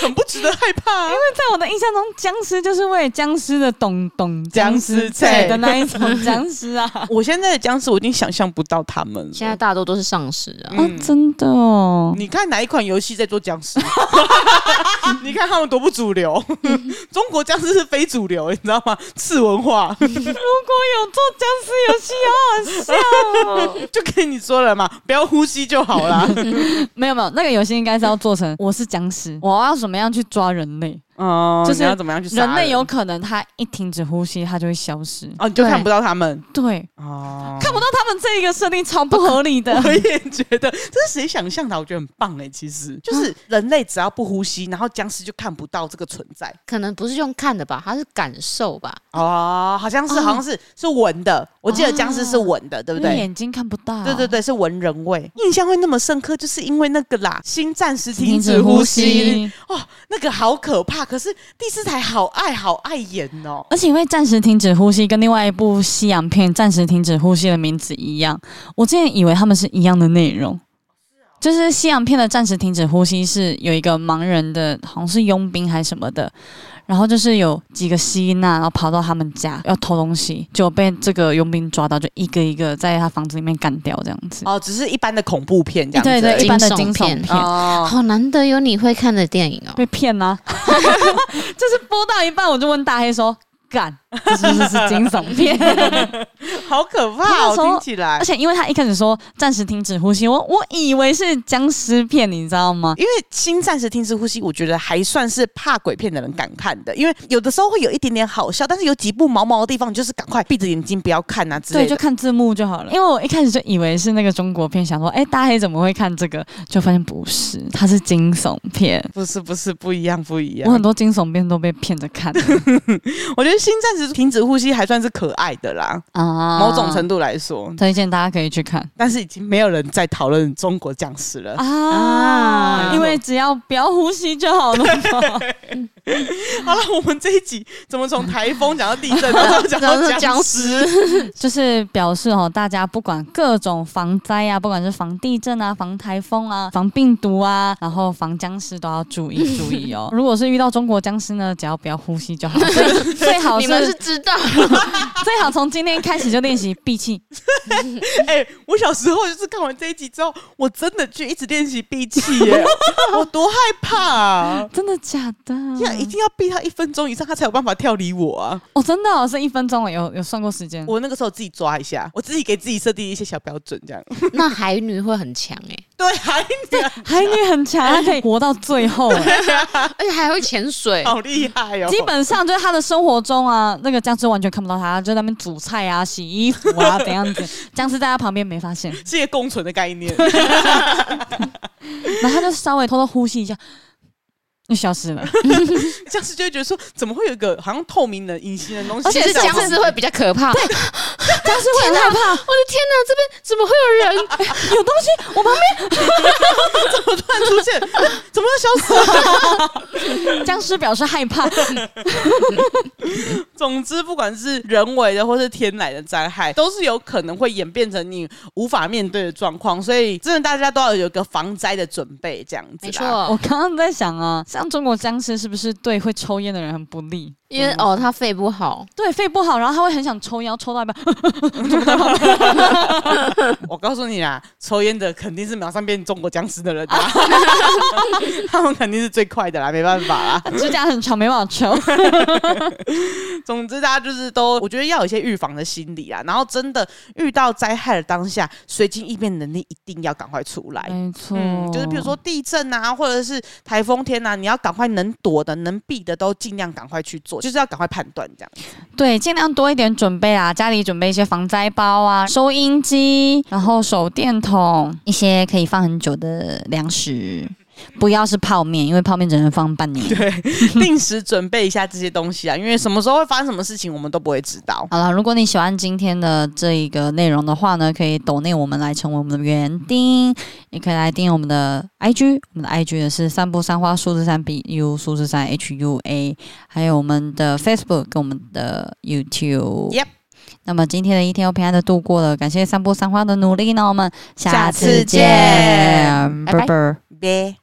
Speaker 3: 很不值得害怕、啊。
Speaker 1: 在我的印象中，僵尸就是为僵尸的懂懂
Speaker 3: 僵
Speaker 1: 尸
Speaker 3: 尸菜
Speaker 1: 菜的那一种僵尸啊！
Speaker 3: 我现在的僵尸我已经想象不到他们了。
Speaker 2: 现在大多都是丧尸
Speaker 3: 嗯
Speaker 2: 啊，
Speaker 1: 啊，真的
Speaker 3: <laughs>
Speaker 1: 哦，
Speaker 3: 你看哪一款游戏在做僵尸？ <laughs> 你看他们多不主
Speaker 2: <laughs>
Speaker 3: 流，中国僵尸是非主流，你知道吗？次文化
Speaker 1: 如果有做僵尸游戏，好好笑哦。
Speaker 3: <laughs> 就跟你说了嘛，不要呼吸就好啦。
Speaker 1: 没有没有，那个游戏应该是要做成我是僵尸，我要怎么样去抓人类？
Speaker 3: 哦，
Speaker 1: 就是
Speaker 3: 你要怎么样去杀
Speaker 1: 人类有可能他一停止呼吸，他就会消失。
Speaker 3: 哦，你就看不到他们
Speaker 1: 对，
Speaker 3: 哦，
Speaker 1: 看不到他们这一个设定超不合理的。 <laughs>
Speaker 3: <laughs> 我也觉得这是谁想象的？我觉得很棒哎、其实
Speaker 1: 啊
Speaker 3: 就是人类只要不呼吸，然后僵尸就看不到这个存在
Speaker 2: 可能不是用看的吧，它是感受吧。
Speaker 3: 哦，好像是、
Speaker 2: 哦
Speaker 3: 好像是是闻的，我记得僵尸是闻的，对不
Speaker 1: 因为
Speaker 3: 对？
Speaker 1: 眼睛看不到。
Speaker 3: 对对对，是闻人味，印象会那么深刻，就是因为那个啦，心暂时
Speaker 1: 停
Speaker 3: 停止
Speaker 1: 止
Speaker 3: 呼
Speaker 1: 呼
Speaker 3: 吸，
Speaker 1: 吸，
Speaker 3: 那个好可怕。可是第四台好爱好爱演哦，
Speaker 1: 而且因为暂时停止呼吸跟另外一部西洋片《暂时停止呼吸》的名字一样，我之前以为他们是一样的内容。就是西洋片的暂时停止呼吸是有一个盲人的，好像是佣兵还是什么的，然后就是有几个吸纳，然后跑到他们家要偷东西，结果被这个佣兵抓到，就一个一个在他房子里面干掉这样子。
Speaker 3: 哦，只是一般的恐怖片这样子而
Speaker 1: 对
Speaker 3: 已，
Speaker 1: 对，一般的惊
Speaker 2: 惊
Speaker 1: 悚
Speaker 2: 悚
Speaker 1: 片
Speaker 2: 片
Speaker 3: 哦，
Speaker 2: 好难得有你会看的电影哦。
Speaker 1: 被骗啦、 <laughs> 就是播到一半我就问大黑说：“干，这是不是是惊悚片？” <laughs>
Speaker 3: 好可怕
Speaker 1: 那
Speaker 3: 哦，
Speaker 1: 时候
Speaker 3: 听起来
Speaker 1: 而。且因为他一开始说暂时停止呼吸，我我以为是僵尸片，你知道吗？
Speaker 3: 因为新暂时停止呼吸，我觉得还算是怕鬼片的人敢看的，因为有的时候会有一点点好笑，但是有几部毛毛的地方，你就是赶快闭着眼睛不要看啊之
Speaker 1: 对，
Speaker 3: 类
Speaker 1: 就
Speaker 3: 的。
Speaker 1: 看字幕就好了。因为我一开始就以为是那个中国片，想说，哎、大黑怎么会看这个？就发现不是，它是惊悚片。
Speaker 3: 不是不是不一样不一
Speaker 1: 我
Speaker 3: 样
Speaker 1: 很，多惊悚片都被骗着看
Speaker 3: <laughs>
Speaker 1: 的
Speaker 3: 我觉得新暂时停止呼吸还算是可爱的啦，
Speaker 1: 啊，
Speaker 3: 某种程度来说，
Speaker 1: 推荐大家可以去看
Speaker 3: 但是已经没有人在讨论中国僵尸了。
Speaker 1: 啊，因为只要不要呼吸就好
Speaker 3: <laughs>
Speaker 1: 了 <laughs> 嘛。
Speaker 3: 好了，我们这一集怎么从台风讲到地
Speaker 1: <laughs>
Speaker 3: 震，然后讲到僵尸？
Speaker 1: 就是表示哦，大家不管各种防灾啊，不管是防地震啊、防台风啊、防病毒啊，然后防僵尸都要注意注意哦。如果是遇到中国僵尸呢，只要不要呼吸就好，最最好
Speaker 2: 你们是
Speaker 1: 是
Speaker 2: 知道， <laughs>
Speaker 1: 最好从今天开始就练习闭气。
Speaker 3: 哎、我小时候就是看完这一集之后，我真的去一直练习闭气耶， <laughs> 我多害怕啊！
Speaker 1: 真的假的？
Speaker 2: 嗯
Speaker 3: 要一定要逼他一分钟以上，他才有办法跳离我啊！
Speaker 1: 哦，真的、哦、是一分钟哦，有有算过时
Speaker 2: 嗯
Speaker 1: 间。
Speaker 3: 我那个时候自己抓一下，我自己给自己设定一些小标准，
Speaker 2: <laughs>
Speaker 3: 这样
Speaker 2: 那海女会很强哎、
Speaker 3: 对，还
Speaker 2: 啊
Speaker 3: <laughs>
Speaker 1: 海女很强，她可以活到最后哎。
Speaker 2: 而且还会潜水。
Speaker 3: 好厉害哦！
Speaker 1: 基本上就是他的生活中啊，那个僵尸完全看不到他，就在那边煮菜啊、洗衣服啊，怎样子。僵尸在他旁边没发现，
Speaker 3: 是一个共存的概
Speaker 2: <laughs>
Speaker 3: 念，
Speaker 1: 然后他就稍微偷偷呼吸一下，就消失 <laughs> 了。
Speaker 3: 僵尸就会觉得说，怎么会有一个好像透明的、隐形的东西？
Speaker 2: 而且是
Speaker 3: 在我
Speaker 2: 僵尸会比较可怕。对，我的
Speaker 1: 僵尸会很害怕，
Speaker 2: 天哪，这边怎么会有人？
Speaker 1: 有东西，我旁
Speaker 3: 我突然出现， <laughs> 哎怎么要消失了？ <laughs>
Speaker 1: 边僵尸表示害怕。嗯
Speaker 3: 总之，不管是人为的或是天然的灾害，都是有可能会演变成你无法面对的状况，所以真的大家都要有一个防灾的准备，这样子。
Speaker 2: <laughs>
Speaker 3: 啊
Speaker 2: 没，
Speaker 1: 我
Speaker 2: 错，
Speaker 1: 刚刚在想啊，像中国僵尸是不是对会抽烟的人很不利？
Speaker 2: 因为哦，他肺不好，
Speaker 1: 对肺不好，然后他会很想抽烟，抽到一半，
Speaker 3: <laughs> 我告诉你啊，抽烟的肯定是马上变中国僵尸的人、 <laughs> 啊，他们肯定是最快的啦，没办法啦。
Speaker 1: 指甲很长没办法抽。
Speaker 3: 总之，大家就是都，我觉得要有一些预防的心理啊。然后，真的遇到灾害的当下，随机应变能力一定要赶快出来。
Speaker 1: 没错
Speaker 3: 嗯，就是比如说地震啊，或者是台风天啊，你要赶快能躲的、能避的都尽量赶快去做，就是要赶快判断这 <laughs> 样。
Speaker 1: 对，尽量多一点准备啊，家里准备一些防灾包啊、收音机，然后手电筒，一些可以放很久的粮食。不要是泡面，因为泡面只能放半年。
Speaker 3: 定时准备一下这些东西啊，因为什么时候会发生什么事情，我们都不会知道。
Speaker 1: 好了，如果你喜欢今天的这一个内容的话呢，可以抖内我们来成为我们的园丁，也可以来订阅我们的 IG，我们的 IG 也是三步三花数字三 B U 数字三 H U A，还有我们的 Facebook 跟我们的 YouTube。
Speaker 3: Yep
Speaker 1: 那么今天的一天又平安的度过了，感谢三波三花的努力，那我们
Speaker 3: 下次见
Speaker 1: 见，
Speaker 3: 拜
Speaker 1: 拜拜。
Speaker 3: 呗。